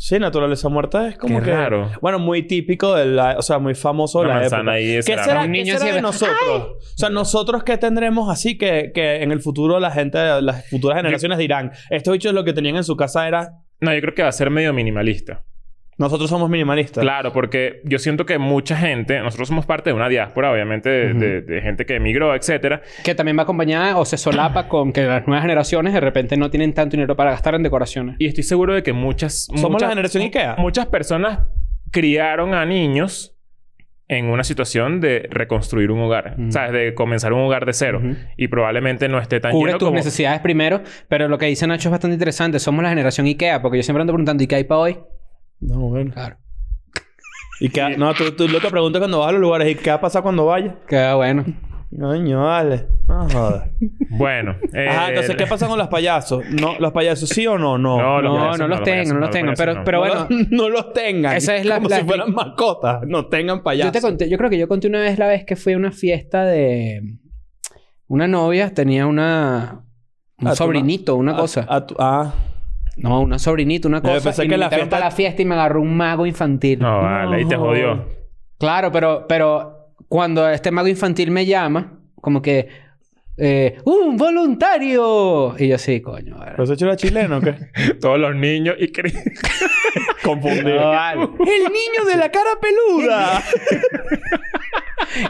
[SPEAKER 3] Sí, naturaleza muerta es como
[SPEAKER 2] Qué
[SPEAKER 3] que...
[SPEAKER 2] raro.
[SPEAKER 3] Bueno, muy típico de la... O sea, muy famoso de
[SPEAKER 2] Una
[SPEAKER 3] la
[SPEAKER 2] manzana
[SPEAKER 3] época.
[SPEAKER 2] ahí, ese
[SPEAKER 3] ¿Qué
[SPEAKER 2] era,
[SPEAKER 3] será,
[SPEAKER 4] ¿no? Un
[SPEAKER 3] qué
[SPEAKER 4] niño
[SPEAKER 3] será
[SPEAKER 4] así
[SPEAKER 3] de
[SPEAKER 4] de-
[SPEAKER 3] nosotros? O sea, ¿nosotros qué tendremos así que, que en el futuro la gente... Las futuras generaciones dirán... Estos bichos lo que tenían en su casa era...
[SPEAKER 2] No, yo creo que va a ser medio minimalista.
[SPEAKER 3] Nosotros somos minimalistas.
[SPEAKER 2] Claro, porque yo siento que mucha gente, nosotros somos parte de una diáspora, obviamente, de, de- de gente que emigró, etcétera.
[SPEAKER 4] Que también va acompañada o se solapa con que las nuevas generaciones de repente no tienen tanto dinero para gastar en decoraciones.
[SPEAKER 2] Y estoy seguro de que muchas.
[SPEAKER 3] Somos
[SPEAKER 2] muchas-
[SPEAKER 3] la generación IKEA.
[SPEAKER 2] Muchas personas criaron a niños en una situación de reconstruir un hogar.
[SPEAKER 4] Ujú.
[SPEAKER 2] ¿Sabes? De comenzar un hogar de cero.
[SPEAKER 4] Ujú.
[SPEAKER 2] Y probablemente no esté tan
[SPEAKER 4] Cubre
[SPEAKER 2] lleno
[SPEAKER 4] tus
[SPEAKER 2] como...
[SPEAKER 4] necesidades primero, pero lo que dice Nacho es bastante interesante. Somos la generación IKEA, porque yo siempre ando preguntando, ¿y qué hay para hoy?
[SPEAKER 3] No, bueno.
[SPEAKER 4] Claro.
[SPEAKER 3] Y que, no, tú, tú lo que preguntas cuando vas a los lugares y qué va a pasar cuando vayas.
[SPEAKER 4] Qué bueno.
[SPEAKER 3] Coño, vale. No
[SPEAKER 4] *laughs*
[SPEAKER 3] jodas.
[SPEAKER 2] Bueno.
[SPEAKER 3] *laughs* Ajá,
[SPEAKER 2] eh,
[SPEAKER 3] entonces, ¿qué pasa con los payasos? No, ¿Los payasos sí o no? No.
[SPEAKER 2] No, los
[SPEAKER 4] No,
[SPEAKER 2] payasos
[SPEAKER 4] no los tengo,
[SPEAKER 2] payasos
[SPEAKER 4] no los tengo.
[SPEAKER 2] payasos
[SPEAKER 4] Pero,
[SPEAKER 2] no.
[SPEAKER 4] pero
[SPEAKER 3] No
[SPEAKER 4] bueno,
[SPEAKER 3] los- *laughs* no los tengan.
[SPEAKER 4] Esa es la-
[SPEAKER 3] Como
[SPEAKER 4] la-
[SPEAKER 3] si fueran mascotas. No tengan
[SPEAKER 4] yo
[SPEAKER 3] payasos.
[SPEAKER 4] te conté, yo creo que yo conté una vez la vez que fui a una fiesta de una novia, tenía una un
[SPEAKER 3] A Ah, tu
[SPEAKER 4] sobrinito, una
[SPEAKER 3] A-
[SPEAKER 4] cosa.
[SPEAKER 3] a tu- ah.
[SPEAKER 4] no, una sobrinito, una
[SPEAKER 3] Yo
[SPEAKER 4] cosa.
[SPEAKER 3] pensé
[SPEAKER 4] y
[SPEAKER 3] que
[SPEAKER 4] me
[SPEAKER 3] la
[SPEAKER 4] invitaron
[SPEAKER 3] fiesta-
[SPEAKER 4] para la fiesta y me agarró un mago infantil.
[SPEAKER 2] No, vale. Ahí te
[SPEAKER 3] No.
[SPEAKER 2] jodió.
[SPEAKER 4] Claro, pero, pero cuando este mago infantil me llama, como que eh, un voluntario. Y yo sí, coño. a ver.
[SPEAKER 3] ¿Pero ese chico era chileno o qué?
[SPEAKER 4] *laughs*
[SPEAKER 2] Todos los niños y... cri-
[SPEAKER 3] *laughs* Confundido.
[SPEAKER 4] No, vale. *laughs*
[SPEAKER 3] ¡El niño de la cara peluda!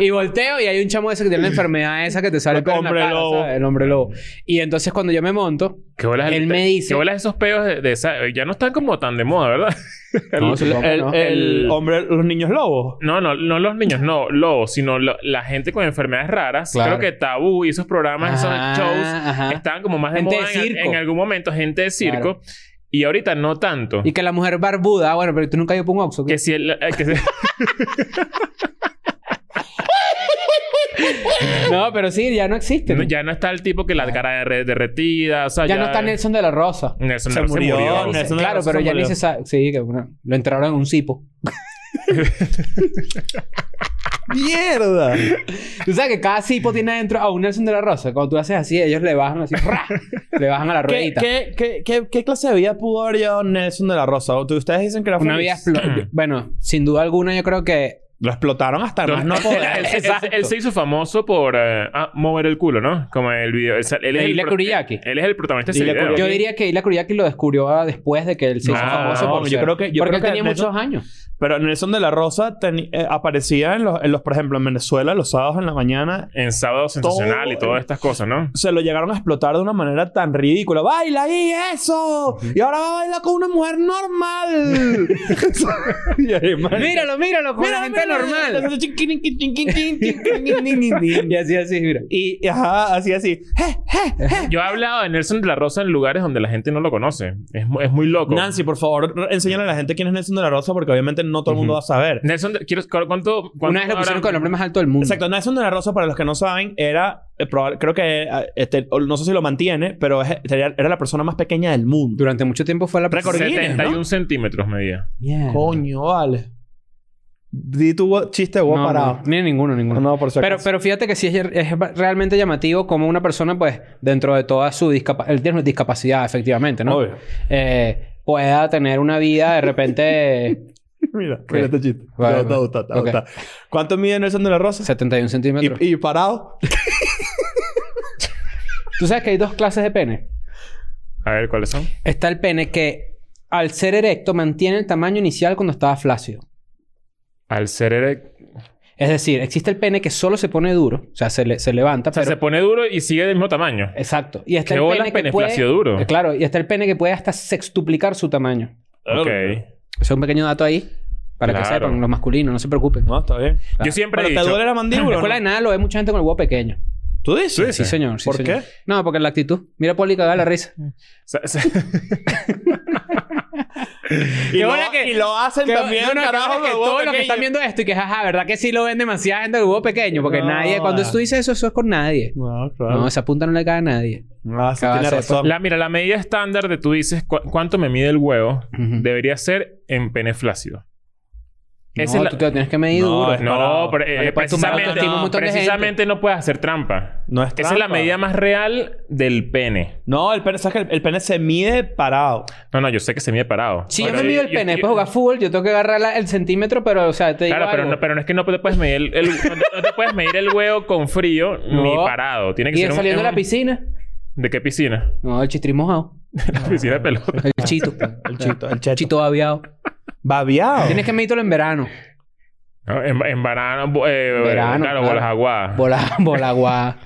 [SPEAKER 4] Y volteo y hay un chamo ese que tiene la enfermedad esa que te sale
[SPEAKER 3] El
[SPEAKER 4] pelo en la
[SPEAKER 3] hombre
[SPEAKER 4] cara,
[SPEAKER 3] lobo.
[SPEAKER 4] ¿sabes? El hombre lobo. Y entonces cuando yo me monto,
[SPEAKER 2] ¿Qué bolas el-
[SPEAKER 4] Él me dice-
[SPEAKER 2] ¿Qué bolas esos peos de, de esa... Ya no están como tan de moda, ¿verdad? *laughs*
[SPEAKER 4] No,
[SPEAKER 2] El-
[SPEAKER 4] supongo que
[SPEAKER 2] el-
[SPEAKER 4] no.
[SPEAKER 2] el-
[SPEAKER 3] El hombre, los niños lobos.
[SPEAKER 2] No, no, no los niños, no, lobos, sino lo- la gente con enfermedades raras.
[SPEAKER 4] Claro.
[SPEAKER 2] Creo que Tabú y esos programas,
[SPEAKER 4] Ajá,
[SPEAKER 2] esos shows,
[SPEAKER 4] ajá.
[SPEAKER 2] estaban como más de
[SPEAKER 4] Gente
[SPEAKER 2] moda
[SPEAKER 4] de
[SPEAKER 2] en-
[SPEAKER 4] circo.
[SPEAKER 2] En, algún momento, gente de circo. Y ahorita no tanto.
[SPEAKER 4] y que la mujer barbuda, ah, bueno, pero tú nunca yo pongo oxo. ¿qué?
[SPEAKER 2] Que si *laughs* el. eh, que se-
[SPEAKER 4] *laughs* No, pero sí, ya no existe.
[SPEAKER 2] no,
[SPEAKER 4] ya
[SPEAKER 2] ya no está el tipo que la cara derre- derretida, o sea, ya.
[SPEAKER 4] no está Nelson de la Rosa.
[SPEAKER 2] Nelson
[SPEAKER 3] Se
[SPEAKER 2] Nero se
[SPEAKER 3] murió,
[SPEAKER 2] murió.
[SPEAKER 3] Mm, Nelson. de la
[SPEAKER 4] claro,
[SPEAKER 3] Rosa
[SPEAKER 4] pero
[SPEAKER 3] se
[SPEAKER 4] ya ni
[SPEAKER 3] murió.
[SPEAKER 4] se sabe. Sí, que bueno, lo entraron en un cipo.
[SPEAKER 3] ¡Mierda!
[SPEAKER 4] Tú sabes que cada cipo tiene adentro a un Nelson de la Rosa. Cuando tú haces así, ellos le bajan así, ¡ra! le bajan a la
[SPEAKER 3] ¿Qué,
[SPEAKER 4] ruedita.
[SPEAKER 3] qué, qué, qué, qué clase de vida pudo haber llevado Nelson de la Rosa? ¿O tú- Ustedes dicen que era
[SPEAKER 4] Una
[SPEAKER 3] feliz?
[SPEAKER 4] vida explo- Bueno, sin duda alguna, yo creo que
[SPEAKER 3] Lo explotaron hasta más no
[SPEAKER 2] Entonces, *laughs* él,
[SPEAKER 3] poder.
[SPEAKER 2] él- él-
[SPEAKER 4] Exacto.
[SPEAKER 2] él se hizo famoso por eh, ah, mover el culo, ¿no? Como el video. Él, él
[SPEAKER 4] De
[SPEAKER 2] es el
[SPEAKER 4] Ilya
[SPEAKER 2] pro-
[SPEAKER 4] Kuriyaki.
[SPEAKER 2] Él es el protagonista de ese
[SPEAKER 3] Ilya
[SPEAKER 2] video.
[SPEAKER 3] Kuriyaki.
[SPEAKER 4] Yo diría que Ila Kuriaki lo descubrió ah, después de que él se hizo
[SPEAKER 2] Ah,
[SPEAKER 4] famoso.
[SPEAKER 2] no,
[SPEAKER 4] por
[SPEAKER 3] yo
[SPEAKER 4] ser-
[SPEAKER 3] creo que- yo
[SPEAKER 4] porque
[SPEAKER 3] creo
[SPEAKER 4] él
[SPEAKER 3] que
[SPEAKER 4] tenía
[SPEAKER 3] Nelson- *laughs*
[SPEAKER 4] muchos años.
[SPEAKER 3] Pero Nelson de la Rosa teni- eh, aparecía en los, en los, por ejemplo, en Venezuela los sábados en la mañana.
[SPEAKER 2] En sábado sensacional y todas estas cosas, ¿no?
[SPEAKER 3] Se lo llegaron a explotar de una manera tan ridícula. ¡Baila ahí eso! Y ahora va a bailar con una mujer normal. *laughs* Y ahí, man,
[SPEAKER 4] Míralo, míralo, como la gente normal.
[SPEAKER 3] normal.
[SPEAKER 4] *laughs* Y así, así, mira.
[SPEAKER 3] Y ajá, así, así.
[SPEAKER 2] Yo he hablado de Nelson de la Rosa en lugares donde la gente no lo conoce. Es, mu- es muy loco.
[SPEAKER 3] Nancy, por favor, re- enséñale a la gente quién es Nelson de la Rosa porque obviamente no todo el mundo va a saber.
[SPEAKER 2] Nelson, de- quiero, ¿cu- ¿cuánto, cuánto
[SPEAKER 4] Una vez lo
[SPEAKER 2] habrá-
[SPEAKER 4] pusieron con el hombre más alto del mundo.
[SPEAKER 3] Exacto, Nelson de la Rosa, para los que no saben, era, eh, proba- creo que, eh, este, o no sé si lo mantiene, pero es- era era la persona más pequeña del mundo.
[SPEAKER 4] Durante mucho tiempo fue la
[SPEAKER 3] Récord Guinness,
[SPEAKER 2] 71 centímetros medía.
[SPEAKER 4] Mierda.
[SPEAKER 3] Coño, vale. Di tu bo- chiste de huevo
[SPEAKER 4] No,
[SPEAKER 3] parado.
[SPEAKER 4] no, ni ninguno, ninguno.
[SPEAKER 3] No, por si
[SPEAKER 4] pero,
[SPEAKER 3] acaso.
[SPEAKER 4] pero fíjate que sí es, es realmente llamativo como una persona, pues, dentro de toda su discapacidad, él tiene una discapacidad, efectivamente, ¿no?
[SPEAKER 3] Obvio. *laughs*
[SPEAKER 4] Eh, pueda tener una vida de
[SPEAKER 3] *laughs*
[SPEAKER 4] repente
[SPEAKER 3] Mira,
[SPEAKER 4] ¿Qué?
[SPEAKER 3] mira este chiste.
[SPEAKER 4] Vale,
[SPEAKER 3] Te va a
[SPEAKER 4] vale.
[SPEAKER 3] gustar, te va a
[SPEAKER 4] Ok.
[SPEAKER 3] gustar. ¿Cuánto mide Nelson de la Rosa?
[SPEAKER 4] 71 centímetros.
[SPEAKER 3] Y, y parado.
[SPEAKER 4] ¿Tú sabes que hay dos clases de pene?
[SPEAKER 2] A ver, ¿cuáles son?
[SPEAKER 4] Está el pene que, al ser erecto, mantiene el tamaño inicial cuando estaba flácido.
[SPEAKER 2] Al ser erec-
[SPEAKER 4] Es decir, existe el pene que solo se pone duro, o sea, se, le- se levanta,
[SPEAKER 2] O sea,
[SPEAKER 4] pero...
[SPEAKER 2] se pone duro y sigue del mismo tamaño.
[SPEAKER 4] Exacto. Y está
[SPEAKER 2] ¿Qué
[SPEAKER 4] el
[SPEAKER 2] bolas
[SPEAKER 4] pene que puede...
[SPEAKER 2] peneflacio duro?
[SPEAKER 4] Eh, Claro, y está el pene que puede hasta sextuplicar su tamaño.
[SPEAKER 2] Ok.
[SPEAKER 4] Eso es un pequeño dato ahí. Para que
[SPEAKER 2] Claro.
[SPEAKER 4] sepan, los masculinos, no se preocupen.
[SPEAKER 3] No, está bien.
[SPEAKER 2] Yo siempre
[SPEAKER 3] Pero
[SPEAKER 2] he
[SPEAKER 3] te
[SPEAKER 2] dicho...
[SPEAKER 3] duele la
[SPEAKER 4] En
[SPEAKER 2] *laughs*
[SPEAKER 4] la
[SPEAKER 3] mandíbula.
[SPEAKER 4] escuela de
[SPEAKER 3] ¿no?
[SPEAKER 4] nada lo ve mucha gente con el huevo pequeño.
[SPEAKER 3] ¿Tú dices?
[SPEAKER 2] ¿Tú dices?
[SPEAKER 4] Sí, señor. sí,
[SPEAKER 3] ¿Por
[SPEAKER 4] señor.
[SPEAKER 3] qué?
[SPEAKER 4] No, porque la actitud. Mira a Poli cagar la risa.
[SPEAKER 2] sa- *laughs* sa-
[SPEAKER 3] Y,
[SPEAKER 4] Qué
[SPEAKER 3] lo,
[SPEAKER 4] bola que-
[SPEAKER 3] y lo hacen
[SPEAKER 4] Que-
[SPEAKER 3] también,
[SPEAKER 4] no, no,
[SPEAKER 3] carajo.
[SPEAKER 4] claro que
[SPEAKER 3] de huevo
[SPEAKER 4] todos los que
[SPEAKER 3] pequeño.
[SPEAKER 4] están viendo esto y que, jaja, ¿verdad que sí lo ven demasiada gente del huevo pequeño? Porque
[SPEAKER 3] No.
[SPEAKER 4] nadie, cuando tú dices eso, eso es con nadie.
[SPEAKER 3] No,
[SPEAKER 4] No,
[SPEAKER 3] claro.
[SPEAKER 4] esa punta no le cae a nadie.
[SPEAKER 3] No, sí,
[SPEAKER 4] Acaba de
[SPEAKER 3] tiene
[SPEAKER 4] hacer-
[SPEAKER 3] razón.
[SPEAKER 2] la, mira, la medida estándar de tú dices cu- cuánto me mide el huevo
[SPEAKER 4] Ujú.
[SPEAKER 2] debería ser en pene flácido.
[SPEAKER 4] No,
[SPEAKER 2] Esa es la-
[SPEAKER 4] tú te lo tienes que medir
[SPEAKER 3] No,
[SPEAKER 4] duro.
[SPEAKER 3] es-
[SPEAKER 2] No,
[SPEAKER 3] Parado.
[SPEAKER 2] pero, eh,
[SPEAKER 4] No le puedes tumbar
[SPEAKER 2] precisamente,
[SPEAKER 4] autoestima a un montón de gente.
[SPEAKER 2] precisamente no puedes hacer trampa.
[SPEAKER 3] No es
[SPEAKER 2] Esa es la
[SPEAKER 3] trampa.
[SPEAKER 2] medida más real del pene.
[SPEAKER 3] No, el pene, ¿sabes que el, el pene se mide parado.
[SPEAKER 2] No, no, yo sé que se mide parado.
[SPEAKER 4] Si
[SPEAKER 2] Pero
[SPEAKER 4] yo me mido el pene, después jugar fútbol, yo tengo que agarrar la- el centímetro, pero, o sea, te digo
[SPEAKER 2] Claro, pero
[SPEAKER 4] algo.
[SPEAKER 2] no, pero no es que no te puedes medir el, el- no, te, no te puedes medir el huevo con frío ni
[SPEAKER 4] *laughs* No.
[SPEAKER 2] parado. Tiene que
[SPEAKER 4] Y
[SPEAKER 2] ser un-
[SPEAKER 4] saliendo de la
[SPEAKER 2] un-
[SPEAKER 4] piscina.
[SPEAKER 2] ¿De qué piscina? *laughs*
[SPEAKER 4] No, el chistri mojado.
[SPEAKER 2] la piscina
[SPEAKER 4] Ah,
[SPEAKER 2] de pelota. *laughs*
[SPEAKER 4] El chito.
[SPEAKER 3] El chito, el
[SPEAKER 4] El
[SPEAKER 3] cheto.
[SPEAKER 4] chito babiado.
[SPEAKER 3] Babiado.
[SPEAKER 4] Tienes que medirlo en verano.
[SPEAKER 2] No, en, en verano, bo- eh,
[SPEAKER 4] Verano,
[SPEAKER 2] claro,
[SPEAKER 4] claro.
[SPEAKER 2] bolas aguadas.
[SPEAKER 4] Bola, *laughs* bola guá.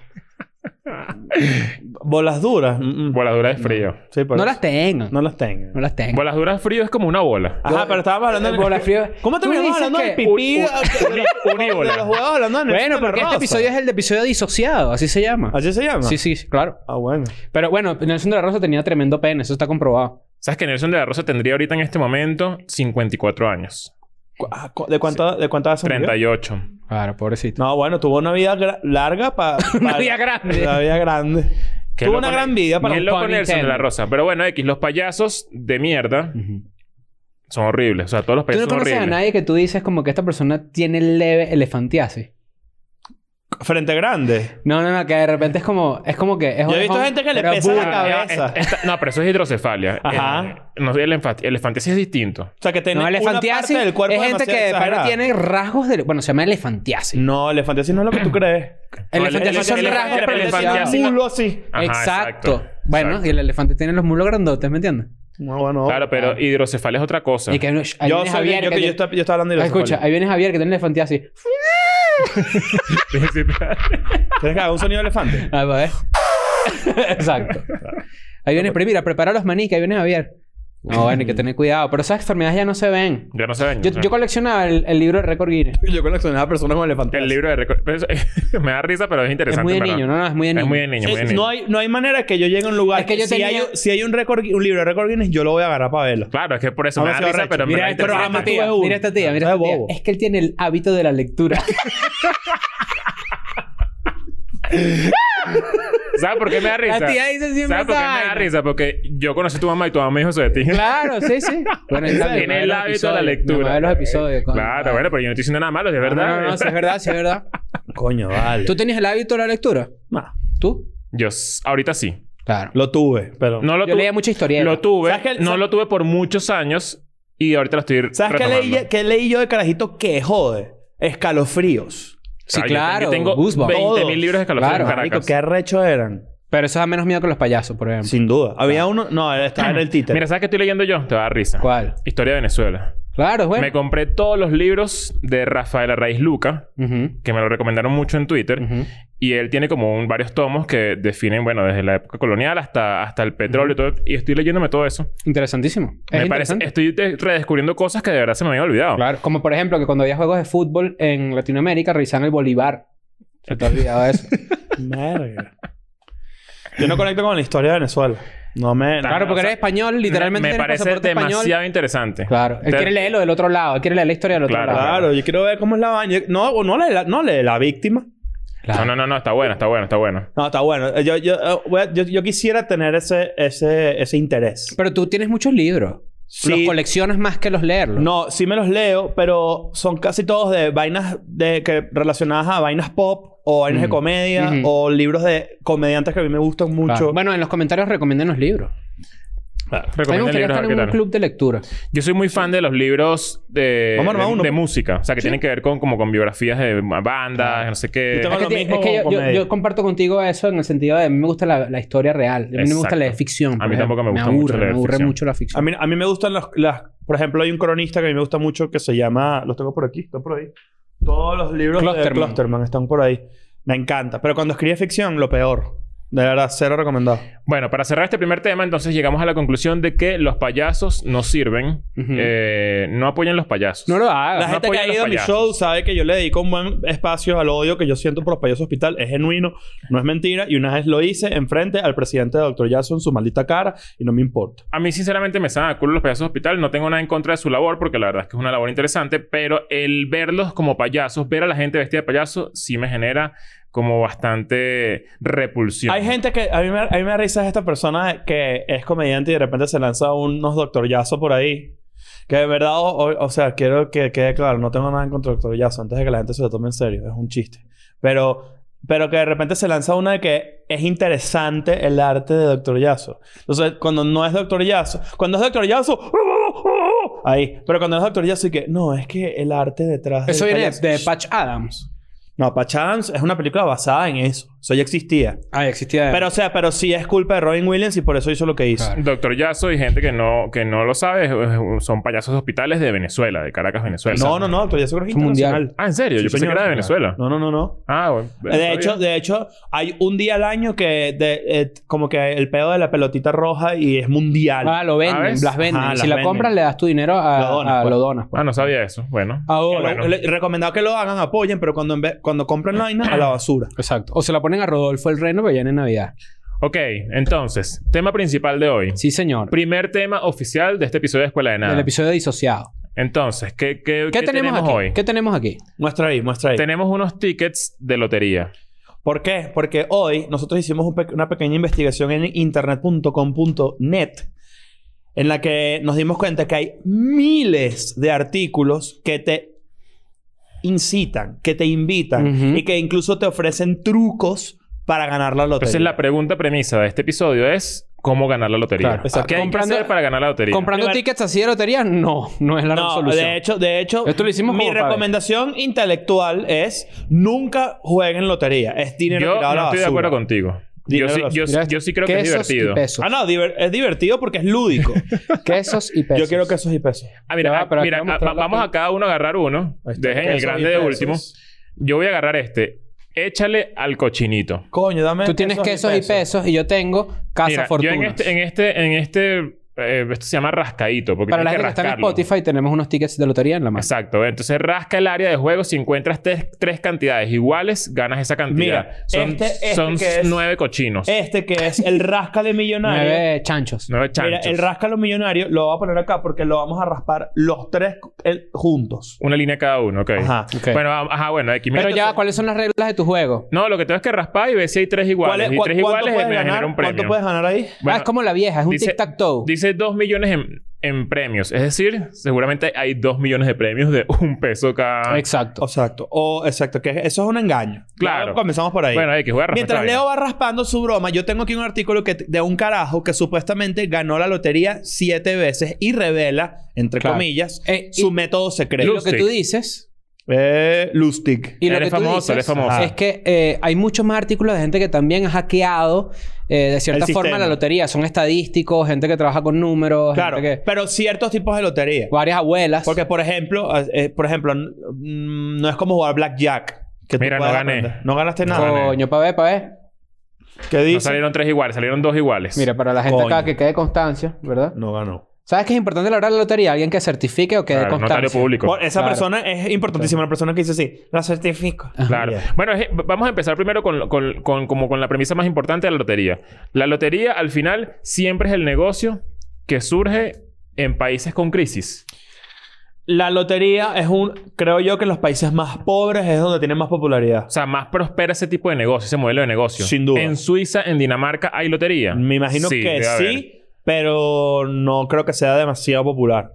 [SPEAKER 3] Bolas duras. Mm, mm.
[SPEAKER 2] bolas duras de frío.
[SPEAKER 3] Sí, por
[SPEAKER 4] No
[SPEAKER 3] eso.
[SPEAKER 4] las tengan.
[SPEAKER 3] No las tengan.
[SPEAKER 4] No las tengan.
[SPEAKER 2] Bolas duras de frío es como una bola.
[SPEAKER 3] Ajá, pero estábamos hablando
[SPEAKER 4] Eh, bolas frías.
[SPEAKER 3] ¿Cómo
[SPEAKER 4] Tú
[SPEAKER 3] terminamos
[SPEAKER 4] dices
[SPEAKER 3] hablando del
[SPEAKER 4] que-
[SPEAKER 3] pipí?
[SPEAKER 2] u-
[SPEAKER 3] de- *laughs* de-
[SPEAKER 4] *laughs*
[SPEAKER 3] de-
[SPEAKER 2] unívola.
[SPEAKER 3] De los jugadores hablando de
[SPEAKER 4] Bueno,
[SPEAKER 3] Nelson de
[SPEAKER 4] porque
[SPEAKER 3] la
[SPEAKER 4] este
[SPEAKER 3] Rosa.
[SPEAKER 4] episodio es el de episodio disociado. Así se llama.
[SPEAKER 3] ¿Así se llama?
[SPEAKER 4] Sí, sí, sí, claro.
[SPEAKER 3] Ah, bueno.
[SPEAKER 4] Pero bueno, Nelson de la Rosa tenía tremendo pene. Eso está comprobado.
[SPEAKER 2] ¿Sabes que Nelson de la Rosa tendría ahorita en este momento 54 años?
[SPEAKER 3] Cu- ah, cu- ¿De cuánto, ¿De cuántas hace?
[SPEAKER 2] 38.
[SPEAKER 4] Claro, pobrecito.
[SPEAKER 3] No, bueno, tuvo una vida gra- larga para...
[SPEAKER 4] *laughs* Una vida grande.
[SPEAKER 3] Una vida grande.
[SPEAKER 2] Qué
[SPEAKER 3] Tuvo
[SPEAKER 2] loco
[SPEAKER 3] una
[SPEAKER 2] Ne-
[SPEAKER 3] gran vida para
[SPEAKER 2] Qué
[SPEAKER 3] un
[SPEAKER 2] loco
[SPEAKER 4] pun
[SPEAKER 2] Nelson de la
[SPEAKER 4] intended.
[SPEAKER 2] Rosa. Pero bueno, X, los payasos de mierda
[SPEAKER 4] Ujú.
[SPEAKER 2] son horribles. O sea, todos los
[SPEAKER 4] Tú
[SPEAKER 2] payasos
[SPEAKER 4] no
[SPEAKER 2] son
[SPEAKER 4] conoces a
[SPEAKER 2] horribles.
[SPEAKER 4] nadie que tú dices como que esta persona tiene leve elefantiasis.
[SPEAKER 3] Frente grande.
[SPEAKER 4] No, no, no, que de repente es como, es como que es
[SPEAKER 3] Yo he visto
[SPEAKER 4] orejón,
[SPEAKER 3] gente que le
[SPEAKER 4] pero
[SPEAKER 3] pesa
[SPEAKER 4] burro.
[SPEAKER 3] la
[SPEAKER 2] Ah, ya,
[SPEAKER 3] cabeza.
[SPEAKER 2] es- esta- no, pero eso es hidrocefalia.
[SPEAKER 4] *laughs*
[SPEAKER 3] Ajá.
[SPEAKER 2] Eh, no, el enfat- elefantiasis es distinto.
[SPEAKER 3] O sea, que tiene
[SPEAKER 4] No,
[SPEAKER 3] una
[SPEAKER 4] elefantiasis
[SPEAKER 3] parte del cuerpo
[SPEAKER 4] es gente que
[SPEAKER 3] demasiado
[SPEAKER 4] de pana
[SPEAKER 3] exagerada.
[SPEAKER 4] tiene rasgos de... Bueno, se llama elefantiasis.
[SPEAKER 3] No, elefantiasis no es lo que tú crees.
[SPEAKER 4] elefantiasis son
[SPEAKER 2] elefante-
[SPEAKER 4] rasgos
[SPEAKER 2] elefante-
[SPEAKER 4] pronunciados.
[SPEAKER 2] elefantiasis-
[SPEAKER 3] un mulo así.
[SPEAKER 2] Ajá,
[SPEAKER 4] exacto.
[SPEAKER 2] exacto.
[SPEAKER 4] Bueno,
[SPEAKER 2] Exacto.
[SPEAKER 4] y el elefante tiene los mulos grandotes, ¿me entiendes?
[SPEAKER 3] No, bueno.
[SPEAKER 2] claro, pero
[SPEAKER 4] Ah.
[SPEAKER 2] hidrocefalia es otra cosa. *laughs*
[SPEAKER 4] Y que ahí
[SPEAKER 3] Yo
[SPEAKER 4] viene
[SPEAKER 3] soy bien-
[SPEAKER 4] Javier
[SPEAKER 3] yo que yo
[SPEAKER 4] que tiene-
[SPEAKER 3] estaba yo estaba hablando de
[SPEAKER 4] Ah, Escucha, ahí viene Javier que tiene elefantiasis. *laughs*
[SPEAKER 3] ¿Tienes que hacer un sonido de elefante?
[SPEAKER 4] Ah, va, ¿eh? *laughs* Exacto. Ahí viene, pero mira, prepara los maní, que ahí viene Javier. No, bueno, hay que tener cuidado. Pero esas enfermedades ya no se ven.
[SPEAKER 2] Ya no se ven.
[SPEAKER 4] Yo, yo coleccionaba el, el libro de récord Guinness.
[SPEAKER 3] *laughs* Yo coleccionaba personas con elefantes.
[SPEAKER 2] El libro de récord. pero eso- *laughs* me da risa, pero es
[SPEAKER 4] Es
[SPEAKER 2] interesante.
[SPEAKER 4] muy de
[SPEAKER 2] en verdad.
[SPEAKER 4] niño, no, no, es muy de niño.
[SPEAKER 2] Es muy de niño, muy de niño.
[SPEAKER 3] no, hay, no hay manera que yo llegue a un lugar.
[SPEAKER 4] Es que yo
[SPEAKER 3] si,
[SPEAKER 4] tenía-
[SPEAKER 3] hay, un- si hay un, récord, un libro de récord Guinness, yo lo voy a agarrar para verlo.
[SPEAKER 2] Claro, es que por eso
[SPEAKER 3] Ahora
[SPEAKER 2] me da
[SPEAKER 3] sí va
[SPEAKER 2] risa,
[SPEAKER 3] recho.
[SPEAKER 2] pero en
[SPEAKER 3] Mira,
[SPEAKER 2] verdad
[SPEAKER 3] pero
[SPEAKER 2] interesante.
[SPEAKER 3] jamás
[SPEAKER 4] Mira este esta tía,
[SPEAKER 3] uno.
[SPEAKER 4] mira esta tía, mira
[SPEAKER 3] Está
[SPEAKER 4] esta tía.
[SPEAKER 3] bobo.
[SPEAKER 4] Es que él tiene el hábito de la lectura.
[SPEAKER 2] *laughs* ¿Sabes por qué me da risa?
[SPEAKER 4] La tía dice siempre
[SPEAKER 2] ¿Sabes por qué
[SPEAKER 4] esa
[SPEAKER 2] me da
[SPEAKER 4] vaina.
[SPEAKER 2] risa? Porque yo conocí a tu mamá y tu mamá me dijo eso de ti.
[SPEAKER 4] *laughs* claro, sí, sí. Bueno, él también,
[SPEAKER 2] Tiene
[SPEAKER 4] me ve
[SPEAKER 2] el
[SPEAKER 4] los
[SPEAKER 2] hábito de la
[SPEAKER 4] episodios, me
[SPEAKER 2] lectura.
[SPEAKER 4] ve los episodios. con-
[SPEAKER 2] Claro, bueno, pero yo no estoy diciendo nada malo, es
[SPEAKER 4] No,
[SPEAKER 2] verdad.
[SPEAKER 4] No, no, no, sí es verdad, sí es verdad.
[SPEAKER 3] Coño, vale.
[SPEAKER 4] ¿Tú tenías el hábito de la lectura?
[SPEAKER 3] Nah,
[SPEAKER 4] ¿Tú?
[SPEAKER 2] Yo s- ahorita sí.
[SPEAKER 4] Claro.
[SPEAKER 3] lo tuve, pero.
[SPEAKER 2] No lo
[SPEAKER 4] Yo leía
[SPEAKER 2] tuve.
[SPEAKER 4] mucha historia.
[SPEAKER 2] Lo tuve.
[SPEAKER 3] ¿Sabes qué-
[SPEAKER 2] No
[SPEAKER 3] sabes-
[SPEAKER 2] lo tuve por muchos años y ahorita lo estoy
[SPEAKER 3] ¿Sabes qué
[SPEAKER 2] retomando.
[SPEAKER 3] leí, qué leí yo de carajito que jode? Escalofríos.
[SPEAKER 4] Sí,
[SPEAKER 2] O sea, yo-
[SPEAKER 4] claro.
[SPEAKER 2] Yo tengo
[SPEAKER 4] Goosebumps.
[SPEAKER 2] 20.000 libros de escalofríos
[SPEAKER 4] Claro.
[SPEAKER 2] en
[SPEAKER 3] Marico,
[SPEAKER 2] Caracas.
[SPEAKER 3] qué arrecho eran.
[SPEAKER 4] Pero eso da menos miedo que los payasos, por ejemplo.
[SPEAKER 3] Sin duda. Había uno. No, estaba *laughs* en el títere.
[SPEAKER 2] Mira, ¿sabes qué estoy leyendo yo? Te va a dar risa.
[SPEAKER 4] ¿Cuál?
[SPEAKER 2] Historia de Venezuela.
[SPEAKER 4] Claro, es bueno.
[SPEAKER 2] Me compré todos los libros de Rafael Arraiz Luca,
[SPEAKER 4] Ujú,
[SPEAKER 2] que me lo recomendaron mucho en Twitter.
[SPEAKER 4] ujú.
[SPEAKER 2] Y él tiene como un- varios tomos que definen, bueno, desde la época colonial hasta, hasta el petróleo y todo. Y estoy leyéndome todo eso.
[SPEAKER 4] Interesantísimo. Es
[SPEAKER 2] me parece...
[SPEAKER 4] interesante.
[SPEAKER 2] Estoy de- redescubriendo cosas que de verdad se me habían olvidado.
[SPEAKER 4] Claro. Como por ejemplo que cuando había juegos de fútbol en Latinoamérica revisaban el Bolívar. Se te ha olvidado
[SPEAKER 2] *laughs*
[SPEAKER 4] eso.
[SPEAKER 3] Merga. Yo no conecto con la historia de Venezuela. No me.
[SPEAKER 4] Claro,
[SPEAKER 2] Ah,
[SPEAKER 4] porque
[SPEAKER 2] O sea,
[SPEAKER 4] eres español, literalmente
[SPEAKER 2] me, me
[SPEAKER 4] tienes
[SPEAKER 2] parece
[SPEAKER 4] pasaporte
[SPEAKER 2] demasiado
[SPEAKER 4] español.
[SPEAKER 2] interesante.
[SPEAKER 4] Claro. Él
[SPEAKER 2] Te-
[SPEAKER 4] quiere leerlo del otro lado. Él quiere leer la historia del otro
[SPEAKER 2] Claro.
[SPEAKER 4] lado.
[SPEAKER 3] Claro, yo quiero ver cómo es la baña. No, o no la, de la- no la de la víctima.
[SPEAKER 2] No, no, no, no, está bueno, está bueno, está bueno.
[SPEAKER 3] No, está bueno. Eh, Yo, yo, eh, voy a- yo, yo quisiera tener ese, ese, ese interés.
[SPEAKER 4] Pero tú tienes muchos libros. Los
[SPEAKER 3] Sí.
[SPEAKER 4] coleccionas más que los leerlos.
[SPEAKER 3] No, sí me los leo, pero son casi todos de vainas de que relacionadas a vainas pop o vainas de
[SPEAKER 4] Ujú.
[SPEAKER 3] comedia
[SPEAKER 4] Ujú.
[SPEAKER 3] o libros de comediantes que a mí me gustan mucho.
[SPEAKER 4] Claro. Bueno, en los comentarios recomienden los libros. A mí me
[SPEAKER 2] Recomiendo
[SPEAKER 4] gustaría
[SPEAKER 2] libros,
[SPEAKER 4] estar
[SPEAKER 2] ¿qué
[SPEAKER 4] en un
[SPEAKER 2] tal?
[SPEAKER 4] club de lectura.
[SPEAKER 2] Yo soy muy fan de los libros de,
[SPEAKER 3] Vamos a armar
[SPEAKER 2] de-
[SPEAKER 3] uno.
[SPEAKER 2] de música. O sea, que tienen que ver con, como con biografías de bandas, no sé qué.
[SPEAKER 3] Yo No,
[SPEAKER 4] Es que,
[SPEAKER 3] lo
[SPEAKER 4] ti-
[SPEAKER 3] mismo
[SPEAKER 4] es que
[SPEAKER 3] con
[SPEAKER 4] yo, yo-
[SPEAKER 3] comedia.
[SPEAKER 4] yo comparto contigo eso en el sentido de a mí me gusta la, la historia real. A mí no me gusta
[SPEAKER 2] Exacto.
[SPEAKER 4] la de ficción.
[SPEAKER 2] A
[SPEAKER 4] por
[SPEAKER 2] mí
[SPEAKER 4] ejemplo.
[SPEAKER 2] tampoco me gusta
[SPEAKER 4] aburre,
[SPEAKER 2] mucho leer
[SPEAKER 4] Me aburre
[SPEAKER 2] ficción.
[SPEAKER 4] mucho la
[SPEAKER 3] A
[SPEAKER 4] ficción.
[SPEAKER 3] mí, a mí me gustan los, las... Por ejemplo, hay un cronista que a mí me gusta mucho que se llama... Los tengo por aquí. Están por ahí. Todos los libros de
[SPEAKER 4] Klosterman.
[SPEAKER 3] Klosterman están por ahí. Me encanta. Pero cuando escribe ficción, lo peor. De verdad, cero recomendado.
[SPEAKER 2] Bueno, para cerrar este primer tema, entonces llegamos a la conclusión de que los payasos no sirven.
[SPEAKER 4] Ujú.
[SPEAKER 2] Eh, no apoyen los payasos.
[SPEAKER 4] No lo hagas.
[SPEAKER 3] La
[SPEAKER 2] no
[SPEAKER 3] gente que
[SPEAKER 2] apoyen
[SPEAKER 3] ha
[SPEAKER 2] los
[SPEAKER 3] ido a mi
[SPEAKER 2] payasos.
[SPEAKER 3] show sabe que yo le dedico un buen espacio al odio que yo siento por los payasos hospital. Es genuino, no es mentira. Y una vez lo hice enfrente al presidente de Dr. Jackson, su maldita cara, y no me importa.
[SPEAKER 2] A mí, sinceramente, me sacan a culo los payasos de hospital. No tengo nada en contra de su labor, porque la verdad es que es una labor interesante, pero el verlos como payasos, ver a la gente vestida de payaso, sí me genera como bastante repulsión.
[SPEAKER 3] Hay gente que... A mí me, a mí me da risa esta persona que es comediante y de repente se lanza unos Dr. Jackson por ahí. Que de verdad, o, o- o sea, quiero que quede claro, no tengo nada en contra de Dr. Jackson. Antes de que la gente se lo tome en serio, es un chiste. Pero... Pero que de repente se lanza una de que es interesante el arte de Dr. Yasso. Entonces, cuando no es Dr. Yasso, cuando es Dr. Yasso, ahí. Pero cuando no es Dr. Yasso, y que no, es que el arte detrás. del
[SPEAKER 4] Eso viene
[SPEAKER 3] payaso".
[SPEAKER 4] de, de Patch Adams.
[SPEAKER 3] No, Pachans es una película basada en eso. Eso ya existía.
[SPEAKER 4] Ah, existía.
[SPEAKER 3] Pero, o sea, pero sí es culpa de Robin Williams y por eso hizo lo que hizo.
[SPEAKER 4] Claro.
[SPEAKER 2] Doctor Yasso y gente que no, que no lo sabe, es- son payasos de hospitales de Venezuela, de Caracas, Venezuela.
[SPEAKER 3] No, no, no, Dr. Yasso creo que es
[SPEAKER 4] Es mundial.
[SPEAKER 3] internacional.
[SPEAKER 2] Ah, ¿en serio?
[SPEAKER 3] Sí,
[SPEAKER 2] Yo pensé
[SPEAKER 3] señor.
[SPEAKER 2] que era de Venezuela.
[SPEAKER 3] No, no, no, no.
[SPEAKER 2] Ah, bueno.
[SPEAKER 3] De hecho, de hecho, hay un día al año que de- eh, como que el pedo de la pelotita roja y es mundial.
[SPEAKER 4] Ah, lo
[SPEAKER 2] Ah,
[SPEAKER 4] venden,
[SPEAKER 2] ¿ves?
[SPEAKER 4] las venden.
[SPEAKER 3] Ah,
[SPEAKER 4] si
[SPEAKER 3] las
[SPEAKER 4] la
[SPEAKER 3] venden.
[SPEAKER 4] compras, le das tu dinero a
[SPEAKER 3] Lo donas,
[SPEAKER 4] lo donas.
[SPEAKER 3] pues.
[SPEAKER 4] lo donas pues.
[SPEAKER 2] Ah, no sabía eso. Bueno.
[SPEAKER 4] Ahora.
[SPEAKER 3] Lo- le- recomendado que lo hagan, apoyen, pero cuando, en vez- cuando compren la vaina, a la basura.
[SPEAKER 4] Exacto. O se la ponen a Rodolfo el Reno, pero ya en Navidad.
[SPEAKER 2] Ok, entonces, tema principal de hoy.
[SPEAKER 4] Sí, señor.
[SPEAKER 2] Primer tema oficial de este episodio de Escuela de Nada.
[SPEAKER 4] Del episodio de disociado.
[SPEAKER 2] Entonces, ¿qué, qué,
[SPEAKER 4] ¿Qué, tenemos, aquí?
[SPEAKER 2] hoy?
[SPEAKER 4] ¿Qué tenemos aquí?
[SPEAKER 3] Muestra ahí, muestra ahí.
[SPEAKER 2] Tenemos unos tickets de lotería.
[SPEAKER 3] ¿Por qué? Porque hoy nosotros hicimos un pe- una pequeña investigación en internet.com.net en la que nos dimos cuenta que hay miles de artículos que te incitan, que te invitan
[SPEAKER 4] Ujú.
[SPEAKER 3] y que incluso te ofrecen trucos para ganar la lotería.
[SPEAKER 2] Entonces, la pregunta premisa de este episodio es cómo ganar la lotería.
[SPEAKER 4] Claro,
[SPEAKER 3] exacto.
[SPEAKER 2] ¿Qué hay
[SPEAKER 4] Comprando-
[SPEAKER 2] que hacer para ganar la lotería?
[SPEAKER 4] ¿Comprando
[SPEAKER 3] Primer-
[SPEAKER 4] tickets así de lotería? No, no es la
[SPEAKER 3] no,
[SPEAKER 4] resolución.
[SPEAKER 3] de hecho, de hecho,
[SPEAKER 4] Esto lo hicimos
[SPEAKER 3] mi
[SPEAKER 4] como para-
[SPEAKER 3] recomendación intelectual es nunca jueguen lotería. Es
[SPEAKER 2] Yo
[SPEAKER 3] dinero
[SPEAKER 2] no
[SPEAKER 3] tirado a la
[SPEAKER 2] estoy de
[SPEAKER 3] basura.
[SPEAKER 2] acuerdo contigo. Yo
[SPEAKER 3] Dinero
[SPEAKER 2] sí,
[SPEAKER 3] a la
[SPEAKER 2] yo,
[SPEAKER 4] Mira,
[SPEAKER 2] yo sí creo que es
[SPEAKER 4] quesos y
[SPEAKER 2] divertido.
[SPEAKER 4] pesos.
[SPEAKER 3] Ah, no, diver- es divertido porque es lúdico.
[SPEAKER 4] Quesos y pesos.
[SPEAKER 3] Yo quiero quesos y pesos.
[SPEAKER 2] Ah, mira,
[SPEAKER 4] Ya va,
[SPEAKER 2] ah,
[SPEAKER 4] pero aquí
[SPEAKER 2] mira,
[SPEAKER 4] vamos a
[SPEAKER 2] ah,
[SPEAKER 4] mostrar
[SPEAKER 2] va-
[SPEAKER 4] la
[SPEAKER 2] vamos
[SPEAKER 4] peli-
[SPEAKER 2] a cada uno agarrar uno.
[SPEAKER 3] Ahí está,
[SPEAKER 2] Dejen el
[SPEAKER 3] quesos y
[SPEAKER 2] grande de
[SPEAKER 3] pesos.
[SPEAKER 2] último. Yo voy a agarrar este. Échale al cochinito.
[SPEAKER 3] Coño, dame.
[SPEAKER 4] Tú tienes quesos y pesos y yo tengo casa
[SPEAKER 2] Mira, yo
[SPEAKER 4] fortuna.
[SPEAKER 2] en este, en este, en este, eh, esto se llama rascadito. Porque
[SPEAKER 4] Para la
[SPEAKER 2] tienes que
[SPEAKER 4] gente que está en
[SPEAKER 2] rascarlo.
[SPEAKER 4] Spotify tenemos unos tickets de lotería en la mano.
[SPEAKER 2] Exacto. Entonces rasca el área de juego. Si encuentras tres, tres cantidades iguales, ganas esa cantidad.
[SPEAKER 3] Mira,
[SPEAKER 2] son
[SPEAKER 3] este- este
[SPEAKER 2] son
[SPEAKER 3] que es-
[SPEAKER 2] nueve cochinos.
[SPEAKER 3] Este que es el rascale millonario.
[SPEAKER 4] Nueve chanchos.
[SPEAKER 2] nueve
[SPEAKER 3] Mira,
[SPEAKER 2] chanchos.
[SPEAKER 3] el rascale millonario lo voy a poner acá porque lo vamos a raspar los tres el- juntos.
[SPEAKER 2] Una línea cada uno, ok.
[SPEAKER 3] Ajá.
[SPEAKER 4] Ok.
[SPEAKER 2] Bueno, ah, ajá, bueno, aquí mira.
[SPEAKER 4] Pero ya, ¿cuáles son las reglas de tu juego?
[SPEAKER 2] No, lo que tengo es que raspar y ver si hay tres
[SPEAKER 3] ¿Cuál es-
[SPEAKER 2] iguales. Y
[SPEAKER 3] cua-
[SPEAKER 2] tres
[SPEAKER 3] cuánto
[SPEAKER 2] iguales eh, me
[SPEAKER 3] puedes
[SPEAKER 2] genera
[SPEAKER 3] ganar?
[SPEAKER 2] un premio.
[SPEAKER 3] ¿Cuánto puedes ganar ahí?
[SPEAKER 2] Bueno,
[SPEAKER 4] ah, es como la vieja, es un
[SPEAKER 2] dice-
[SPEAKER 4] tic-tac-toe.
[SPEAKER 2] Dice 2 millones en, en premios. Es decir, seguramente hay 2 millones de premios de *laughs* un peso cada.
[SPEAKER 4] Exacto.
[SPEAKER 3] Exacto. O exacto, que eso es un engaño.
[SPEAKER 2] Claro.
[SPEAKER 3] Ya comenzamos por ahí.
[SPEAKER 2] Bueno, hay que jugar
[SPEAKER 3] Mientras Leo va raspando su broma, yo tengo aquí un artículo que, de un carajo que supuestamente ganó la lotería siete veces y revela, entre
[SPEAKER 4] Claro.
[SPEAKER 3] comillas,
[SPEAKER 4] Eh, y-
[SPEAKER 3] su método
[SPEAKER 4] Y
[SPEAKER 3] secreto.
[SPEAKER 4] lo que tú dices
[SPEAKER 3] Eh, Lustig.
[SPEAKER 4] Y lo
[SPEAKER 2] Él
[SPEAKER 4] que
[SPEAKER 2] es
[SPEAKER 4] tú
[SPEAKER 2] famoso,
[SPEAKER 4] dices
[SPEAKER 2] él es
[SPEAKER 3] ah,
[SPEAKER 2] famoso. Ah.
[SPEAKER 4] es que eh, hay muchos más artículos de gente que también ha hackeado eh, de cierta
[SPEAKER 3] El
[SPEAKER 4] forma
[SPEAKER 3] sistema.
[SPEAKER 4] la lotería. Son estadísticos, gente que trabaja con números,
[SPEAKER 3] Claro,
[SPEAKER 4] gente que-
[SPEAKER 3] pero ciertos tipos de lotería.
[SPEAKER 4] varias abuelas.
[SPEAKER 3] Porque, por ejemplo, eh, eh, por ejemplo, n- mm, no es como jugar Blackjack. Que tú
[SPEAKER 2] Mira, no
[SPEAKER 3] puedas
[SPEAKER 2] gané.
[SPEAKER 3] aprender. No ganaste
[SPEAKER 2] No
[SPEAKER 3] nada.
[SPEAKER 2] gané.
[SPEAKER 4] Coño, pa' ver, pa' ver.
[SPEAKER 3] ¿Qué
[SPEAKER 2] No
[SPEAKER 3] dice?
[SPEAKER 2] salieron 3 iguales, salieron 2 iguales.
[SPEAKER 4] Mira, para la gente
[SPEAKER 3] Coño.
[SPEAKER 4] acá que quede constancia, ¿verdad?
[SPEAKER 3] No ganó.
[SPEAKER 4] ¿Sabes qué es importante la hora de la lotería? Alguien que certifique o que dé
[SPEAKER 2] Claro, notario
[SPEAKER 4] constancia.
[SPEAKER 2] público.
[SPEAKER 3] Por- esa
[SPEAKER 4] Claro.
[SPEAKER 3] persona es importantísima. La persona que dice así, la certifico.
[SPEAKER 2] Claro.
[SPEAKER 3] Yeah.
[SPEAKER 2] Bueno, es- vamos a empezar primero con, con- con- como con la premisa más importante de la lotería. La lotería, al final, siempre es el negocio que surge en países con crisis.
[SPEAKER 3] La lotería es un... Creo yo que en los países más pobres es donde tiene más popularidad.
[SPEAKER 2] O sea, más prospera ese tipo de negocio, ese modelo de negocio.
[SPEAKER 3] Sin duda.
[SPEAKER 2] En Suiza, en Dinamarca, hay lotería.
[SPEAKER 3] Me imagino que
[SPEAKER 2] debe haber.
[SPEAKER 3] sí. pero no creo que sea demasiado popular.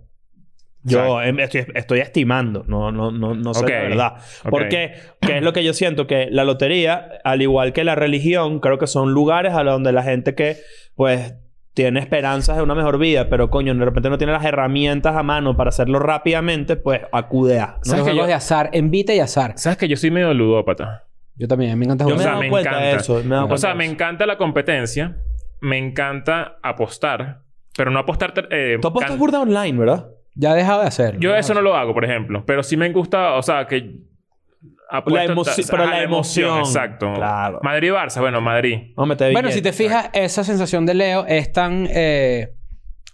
[SPEAKER 3] Yo
[SPEAKER 2] Exacto.
[SPEAKER 3] em, estoy, estoy estimando, no, no, no, no sé la
[SPEAKER 2] Ok.
[SPEAKER 3] verdad.
[SPEAKER 2] Ok.
[SPEAKER 3] Porque, ¿qué es lo que yo siento? Que la lotería, al igual que la religión, creo que son lugares a donde la gente que, pues, tiene esperanzas de una mejor vida, pero coño, de repente no tiene las herramientas a mano para hacerlo rápidamente, pues acude a.
[SPEAKER 4] Son
[SPEAKER 2] ¿Sabes que
[SPEAKER 4] juegos
[SPEAKER 2] yo-
[SPEAKER 4] de azar, envite y azar.
[SPEAKER 2] Sabes que yo soy medio ludópata.
[SPEAKER 4] Yo también, me encanta
[SPEAKER 3] Yo
[SPEAKER 4] jugar.
[SPEAKER 3] me he
[SPEAKER 2] sea,
[SPEAKER 3] dado
[SPEAKER 2] me
[SPEAKER 3] cuenta de
[SPEAKER 2] encanta.
[SPEAKER 3] eso. Me he dado
[SPEAKER 2] O
[SPEAKER 3] cuenta
[SPEAKER 2] sea,
[SPEAKER 3] de
[SPEAKER 2] me
[SPEAKER 3] eso.
[SPEAKER 2] encanta la competencia. Me encanta apostar. Pero no apostar... Eh,
[SPEAKER 3] Tú apostas
[SPEAKER 2] can-
[SPEAKER 3] burda online, ¿verdad?
[SPEAKER 4] Ya he dejado de hacerlo.
[SPEAKER 2] Yo eso no lo hago, por ejemplo. Pero sí me gusta... O sea, que...
[SPEAKER 3] La
[SPEAKER 2] apuesto-
[SPEAKER 3] emoción,
[SPEAKER 2] ajá,
[SPEAKER 3] pero la emoción.
[SPEAKER 2] Exacto.
[SPEAKER 3] Claro.
[SPEAKER 2] Madrid-Barça. Bueno, Madrid.
[SPEAKER 3] No, mete
[SPEAKER 4] Bueno, si te
[SPEAKER 3] billete.
[SPEAKER 4] fijas, esa sensación de Leo es tan... eh,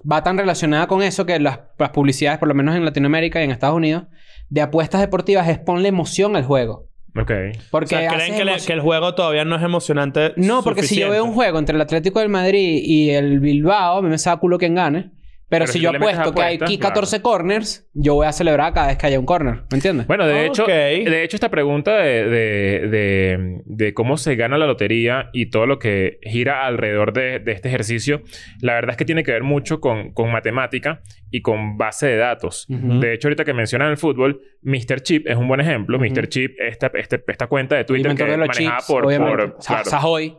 [SPEAKER 4] va tan relacionada con eso que las, las publicidades, por lo menos en Latinoamérica y en Estados Unidos, de apuestas deportivas es ponle emoción al juego.
[SPEAKER 2] Ok.
[SPEAKER 3] O
[SPEAKER 4] Porque
[SPEAKER 3] sea,
[SPEAKER 4] haces
[SPEAKER 3] ¿creen que, le-
[SPEAKER 4] emoción-
[SPEAKER 3] que el juego todavía no es emocionante?
[SPEAKER 4] No, porque si yo veo un
[SPEAKER 3] suficiente?
[SPEAKER 4] juego entre el Atlético del Madrid y el Bilbao, a mí me saca culo quien gane. Pero,
[SPEAKER 2] Pero
[SPEAKER 4] si,
[SPEAKER 2] si
[SPEAKER 4] yo
[SPEAKER 2] tú le metes
[SPEAKER 4] apuesto que hay
[SPEAKER 2] apuestas,
[SPEAKER 4] aquí
[SPEAKER 2] claro.
[SPEAKER 4] 14 corners, yo voy a celebrar cada vez que haya un corner. ¿Me entiendes?
[SPEAKER 2] Bueno, de,
[SPEAKER 3] Ok.
[SPEAKER 2] hecho, de hecho, esta pregunta de, de, de- de cómo se gana la lotería y todo lo que gira alrededor de, de este ejercicio, la verdad es que tiene que ver mucho con, con matemática y con base de datos.
[SPEAKER 4] Ujú.
[SPEAKER 2] De hecho, ahorita que mencionan el fútbol, Mr. Chip es un buen ejemplo.
[SPEAKER 4] Ujú.
[SPEAKER 2] Mr. Chip, esta, este- esta cuenta de Twitter que
[SPEAKER 4] Inventor de los
[SPEAKER 2] manejada
[SPEAKER 4] chips,
[SPEAKER 2] por...
[SPEAKER 4] obviamente.
[SPEAKER 2] por-
[SPEAKER 4] Sa-
[SPEAKER 2] claro,
[SPEAKER 4] Sajoy.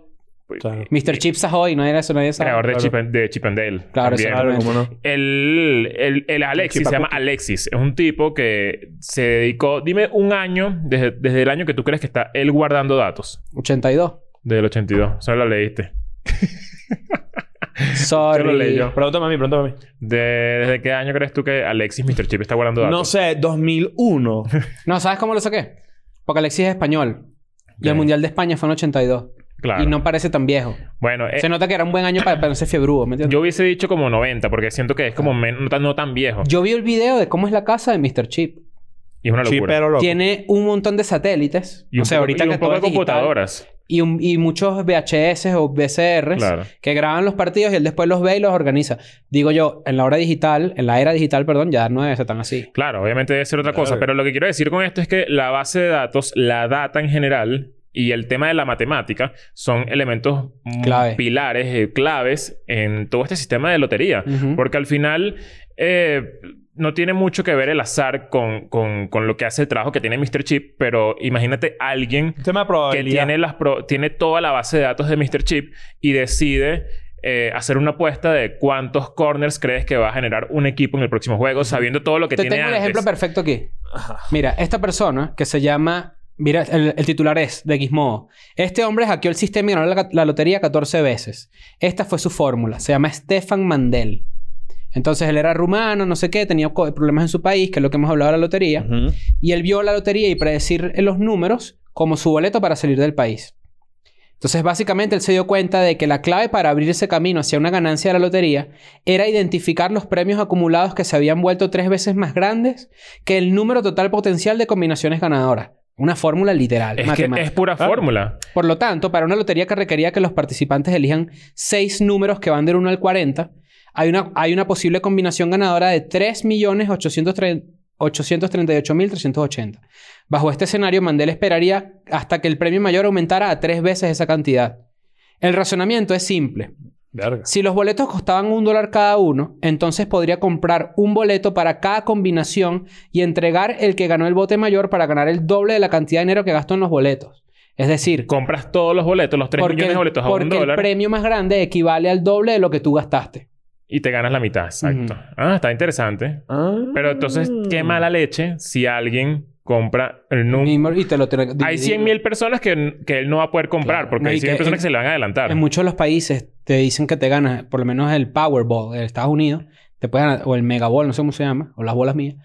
[SPEAKER 3] Claro.
[SPEAKER 4] Mr. Chip Sajoy. No era eso, nadie sabe.
[SPEAKER 2] creador de,
[SPEAKER 3] claro.
[SPEAKER 2] Chip, and- de Chip and Dale.
[SPEAKER 4] Claro,
[SPEAKER 2] también.
[SPEAKER 4] exactamente.
[SPEAKER 3] Claro, cómo no.
[SPEAKER 2] El, el, el Alexis, se llama
[SPEAKER 4] Chipacuti.
[SPEAKER 2] Alexis. Es un tipo que se dedicó... Dime un año, desde, desde el año que tú crees que está él guardando datos.
[SPEAKER 4] 82.
[SPEAKER 2] Del 82. Solo la leíste.
[SPEAKER 4] Sorry.
[SPEAKER 2] Yo lo leí yo.
[SPEAKER 3] Pregúntame a mí, pregúntame a mí.
[SPEAKER 2] De- ¿Desde qué año crees tú que Alexis Mr. Chip está guardando datos?
[SPEAKER 3] No sé,
[SPEAKER 2] *laughs*
[SPEAKER 3] 2001.
[SPEAKER 4] No, ¿sabes cómo lo saqué? Porque Alexis es español. Y el
[SPEAKER 2] Ok.
[SPEAKER 4] Mundial de España fue en 82.
[SPEAKER 2] Claro.
[SPEAKER 4] Y no parece tan viejo.
[SPEAKER 2] Bueno, eh,
[SPEAKER 4] Se nota que era un buen año para ponerse fiebrudo, ¿me entiendes?
[SPEAKER 2] yo hubiese dicho como 90 porque siento que es como men- no, tan, no tan viejo.
[SPEAKER 4] Yo vi el video de cómo es la casa de Mr. Chip.
[SPEAKER 2] Y es una
[SPEAKER 3] sí,
[SPEAKER 2] locura.
[SPEAKER 3] pero loco.
[SPEAKER 4] Tiene un montón de satélites.
[SPEAKER 2] Y un
[SPEAKER 4] o sea,
[SPEAKER 2] poco-
[SPEAKER 4] ahorita
[SPEAKER 2] y un
[SPEAKER 4] que
[SPEAKER 2] poco
[SPEAKER 4] todo
[SPEAKER 2] de
[SPEAKER 4] es digital.
[SPEAKER 2] computadoras.
[SPEAKER 4] Y, un- y muchos VHS o VCRs
[SPEAKER 2] Claro.
[SPEAKER 4] que graban los partidos y él después los ve y los organiza. Digo yo, en la hora digital, en la era digital, perdón, ya no es tan así.
[SPEAKER 2] Claro, obviamente debe ser otra cosa. Pero lo que quiero decir con esto es que la base de datos, la data en general y el tema de la matemática son elementos mm,
[SPEAKER 4] Clave.
[SPEAKER 2] pilares, eh, claves en todo este sistema de lotería.
[SPEAKER 4] Ujú.
[SPEAKER 2] Porque al final eh, no tiene mucho que ver el azar con, con- con lo que hace el trabajo que tiene Mr. Chip, pero imagínate alguien
[SPEAKER 3] Este Tema de
[SPEAKER 2] que
[SPEAKER 3] probabilidad.
[SPEAKER 2] tiene, las pro- tiene toda la base de datos de Mr. Chip y decide eh, hacer una apuesta de cuántos corners crees que va a generar un equipo en el próximo juego, sabiendo todo lo que
[SPEAKER 4] Te
[SPEAKER 2] tiene
[SPEAKER 4] tengo el
[SPEAKER 2] antes.
[SPEAKER 4] ejemplo perfecto aquí. Mira, esta persona que se llama... Mira, el, el titular es de Gizmodo. Este hombre hackeó el sistema y ganó la, la lotería 14 veces. Esta fue su fórmula. Se llama Stefan Mandel. Entonces él era rumano, no sé qué, tenía co- problemas en su país, que es lo que hemos hablado de la lotería.
[SPEAKER 3] Ujú.
[SPEAKER 4] Y él vio la lotería y predecir los números como su boleto para salir del país. Entonces, básicamente, él se dio cuenta de que la clave para abrirse camino hacia una ganancia de la lotería era identificar los premios acumulados que se habían vuelto tres veces más grandes que el número total potencial de combinaciones ganadoras. Una fórmula literal,
[SPEAKER 2] Es que
[SPEAKER 4] matemática.
[SPEAKER 2] es pura
[SPEAKER 3] Claro.
[SPEAKER 2] fórmula.
[SPEAKER 4] Por lo tanto, para una lotería que requería que los participantes elijan seis números que van del 1 al 40, hay una, hay una posible combinación ganadora de 3.838.380. Bajo este escenario, Mandel esperaría hasta que el premio mayor aumentara a tres veces esa cantidad. El razonamiento es simple.
[SPEAKER 3] Verga.
[SPEAKER 4] Si los boletos costaban un dólar cada uno, entonces podría comprar un boleto para cada combinación y entregar el que ganó el bote mayor para ganar el doble de la cantidad de dinero que gastó en los boletos. Es decir,
[SPEAKER 2] Compras todos los boletos, los 3 millones de
[SPEAKER 4] el-
[SPEAKER 2] boletos a
[SPEAKER 4] porque
[SPEAKER 2] un dólar
[SPEAKER 4] el premio más grande equivale al doble de lo que tú gastaste.
[SPEAKER 2] y te ganas la mitad. Exacto.
[SPEAKER 4] Ujú. Mm.
[SPEAKER 2] Ah, está interesante.
[SPEAKER 3] Ah.
[SPEAKER 2] Pero entonces, qué mala leche si alguien compra el número.
[SPEAKER 4] Y, y te lo tiene-
[SPEAKER 2] Mm. Hay
[SPEAKER 4] dividido.
[SPEAKER 2] 100.000 personas que, que él no va a poder comprar
[SPEAKER 4] Claro.
[SPEAKER 2] porque
[SPEAKER 4] No, y
[SPEAKER 2] hay 100.000
[SPEAKER 4] que
[SPEAKER 2] personas
[SPEAKER 4] en-
[SPEAKER 2] que se le van a adelantar.
[SPEAKER 4] En muchos de los países te dicen que te ganas, por lo menos el Powerball de Estados Unidos, te puede ganar, o el Megaball, no sé cómo se llama, o las bolas mías,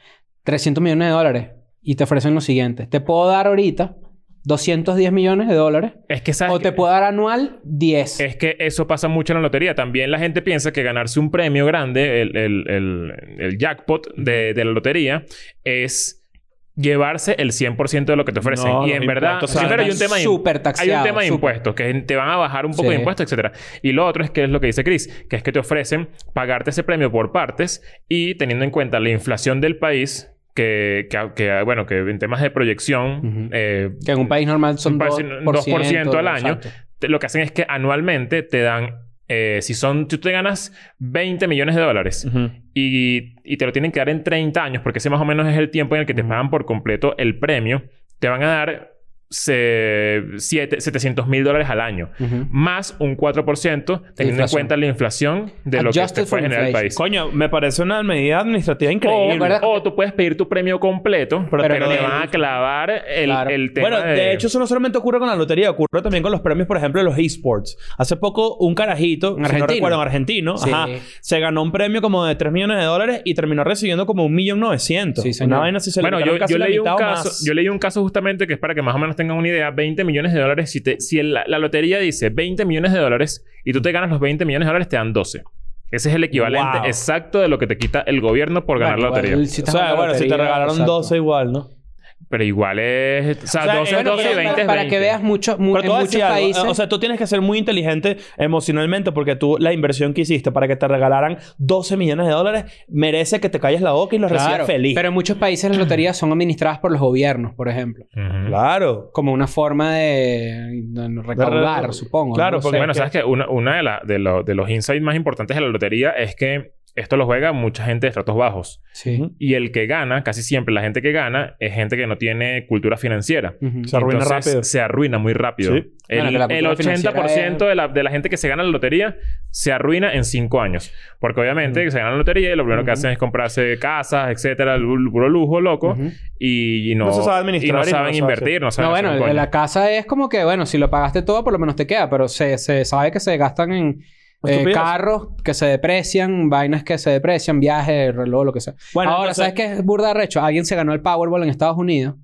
[SPEAKER 4] 300 millones de dólares. Y te ofrecen lo siguiente. Te puedo dar ahorita 210 millones de dólares
[SPEAKER 2] Es que sabes.
[SPEAKER 4] o te
[SPEAKER 2] que-
[SPEAKER 4] puedo dar anual 10.
[SPEAKER 2] Es que eso pasa mucho en la lotería. También la gente piensa que ganarse un premio grande, el, el- el- el jackpot de, de la lotería, es llevarse el 100% de lo que te ofrecen.
[SPEAKER 3] No,
[SPEAKER 2] y
[SPEAKER 3] los
[SPEAKER 2] en verdad,
[SPEAKER 3] impuestos, o sea,
[SPEAKER 2] primero hay un tema de imp-
[SPEAKER 4] súper
[SPEAKER 2] Hay
[SPEAKER 4] taxado.
[SPEAKER 2] un tema de
[SPEAKER 4] súper.
[SPEAKER 2] impuestos, que te van a bajar un poco de
[SPEAKER 4] Sí.
[SPEAKER 2] impuestos, etcétera. Y lo otro es que es lo que dice Chris, que es que te ofrecen pagarte ese premio por partes y teniendo en cuenta la inflación del país, que, que- que, bueno, que en temas de proyección,
[SPEAKER 4] Ujú.
[SPEAKER 2] eh,
[SPEAKER 4] Que en un país normal son
[SPEAKER 2] Un país-
[SPEAKER 4] 2%,
[SPEAKER 2] 2% al año.
[SPEAKER 4] exacto.
[SPEAKER 2] te- lo que hacen es que anualmente te dan eh, si son, tú te ganas 20 millones de dólares
[SPEAKER 3] Ujú.
[SPEAKER 2] y, y te lo tienen que dar en 30 años, porque ese más o menos es el tiempo en el que te pagan por completo el premio, te van a dar se, siete- 700 mil dólares al año.
[SPEAKER 4] Ujú.
[SPEAKER 2] Más un 4%, teniendo en
[SPEAKER 4] Inflación.
[SPEAKER 2] cuenta la inflación de lo
[SPEAKER 4] Adjusted
[SPEAKER 2] que te puede
[SPEAKER 4] for
[SPEAKER 2] generar el país.
[SPEAKER 4] inflation.
[SPEAKER 3] Coño, me parece una medida administrativa
[SPEAKER 2] O,
[SPEAKER 3] increíble.
[SPEAKER 4] ¿verdad?
[SPEAKER 2] o tú puedes pedir tu premio completo, pero,
[SPEAKER 3] Pero
[SPEAKER 4] te lo
[SPEAKER 2] te
[SPEAKER 4] den.
[SPEAKER 2] van a clavar el,
[SPEAKER 4] Claro.
[SPEAKER 2] el tema
[SPEAKER 3] Bueno, de hecho, eso no solamente ocurre con la lotería, ocurre también con los premios, por ejemplo, de los esports. Hace poco, un carajito,
[SPEAKER 4] Un
[SPEAKER 3] si no
[SPEAKER 4] argentino.
[SPEAKER 3] recuerdo, un argentino,
[SPEAKER 4] Sí.
[SPEAKER 3] ajá, se ganó un premio como de 3 millones de dólares y terminó recibiendo como un millón novecientos.
[SPEAKER 4] Sí, señor.
[SPEAKER 3] Una vaina así se le
[SPEAKER 2] bueno,
[SPEAKER 3] quitaron
[SPEAKER 2] yo,
[SPEAKER 3] casi
[SPEAKER 2] yo
[SPEAKER 3] la
[SPEAKER 2] leí un
[SPEAKER 3] mitad o
[SPEAKER 2] caso,
[SPEAKER 3] más.
[SPEAKER 2] yo leí un caso justamente que es para que más o menos tengan una idea, 20 millones de dólares, si, te, si el- la, la lotería dice 20 millones de dólares y tú te ganas los 20 millones de dólares, te dan 12. Ese es el equivalente
[SPEAKER 3] Wow.
[SPEAKER 2] exacto de lo que te quita el gobierno por ganar la
[SPEAKER 4] Bueno,
[SPEAKER 2] lotería.
[SPEAKER 4] igual,
[SPEAKER 3] o
[SPEAKER 4] si estás
[SPEAKER 3] sea,
[SPEAKER 4] jugando
[SPEAKER 3] bueno, si te
[SPEAKER 4] lotería,
[SPEAKER 3] regalaron
[SPEAKER 4] exacto.
[SPEAKER 3] 12 igual, ¿no?
[SPEAKER 2] Pero igual es... O sea,
[SPEAKER 3] O sea,
[SPEAKER 2] 12 es
[SPEAKER 3] bueno,
[SPEAKER 2] 12
[SPEAKER 4] Pero
[SPEAKER 2] y 20 es
[SPEAKER 4] para que
[SPEAKER 2] 20.
[SPEAKER 4] veas mucho, mu-
[SPEAKER 3] Pero te
[SPEAKER 4] en
[SPEAKER 3] voy a
[SPEAKER 4] muchos
[SPEAKER 3] decir algo.
[SPEAKER 4] países...
[SPEAKER 3] O sea, tú tienes que ser muy inteligente emocionalmente porque tú la inversión que hiciste para que te regalaran 12 millones de dólares merece que te calles la boca y los
[SPEAKER 4] Claro,
[SPEAKER 3] recibas feliz.
[SPEAKER 4] Pero en muchos países las loterías son administradas por los gobiernos, por ejemplo.
[SPEAKER 2] Ujú.
[SPEAKER 3] Claro.
[SPEAKER 4] Como una forma de, de recaudar,
[SPEAKER 3] re-
[SPEAKER 4] supongo.
[SPEAKER 3] claro,
[SPEAKER 4] No sé.
[SPEAKER 3] porque-
[SPEAKER 2] Bueno,
[SPEAKER 3] que-
[SPEAKER 2] sabes que una, una de, la- de lo- de los insights más importantes de la lotería es que esto lo juega mucha gente de estratos bajos.
[SPEAKER 4] Sí.
[SPEAKER 3] Ujú.
[SPEAKER 2] Y el que gana, casi siempre la gente que gana, es gente que no tiene cultura financiera.
[SPEAKER 4] Ujú.
[SPEAKER 3] Se arruina
[SPEAKER 2] Entonces,
[SPEAKER 3] rápido.
[SPEAKER 2] Se arruina muy rápido.
[SPEAKER 3] Sí.
[SPEAKER 2] El,
[SPEAKER 4] Bueno, que la
[SPEAKER 2] el
[SPEAKER 4] cultura
[SPEAKER 2] 80%
[SPEAKER 4] financiera
[SPEAKER 2] de, la, de la gente que se gana la lotería se arruina en 5 años. Porque obviamente se gana la lotería y lo primero que
[SPEAKER 4] Ujú.
[SPEAKER 2] hacen es comprarse casas, etcétera, el bu- puro lujo, loco.
[SPEAKER 4] Ujú.
[SPEAKER 2] y, y no,
[SPEAKER 3] No se sabe administrar
[SPEAKER 2] y no
[SPEAKER 3] y no
[SPEAKER 2] saben
[SPEAKER 3] sabe
[SPEAKER 2] invertir, no
[SPEAKER 4] No,
[SPEAKER 2] saben.
[SPEAKER 4] bueno,
[SPEAKER 2] hacer un
[SPEAKER 4] el de
[SPEAKER 2] coño.
[SPEAKER 4] la casa es como que, bueno, si lo pagaste todo, por lo menos te queda, pero se, se sabe que se gastan en eh,
[SPEAKER 3] Estupidez.
[SPEAKER 4] carros que se deprecian, vainas que se deprecian, viajes, reloj, lo que sea.
[SPEAKER 3] Bueno,
[SPEAKER 4] Ahora,
[SPEAKER 3] entonces-
[SPEAKER 4] ¿sabes qué es burda recho? Alguien se ganó el Powerball en Estados Unidos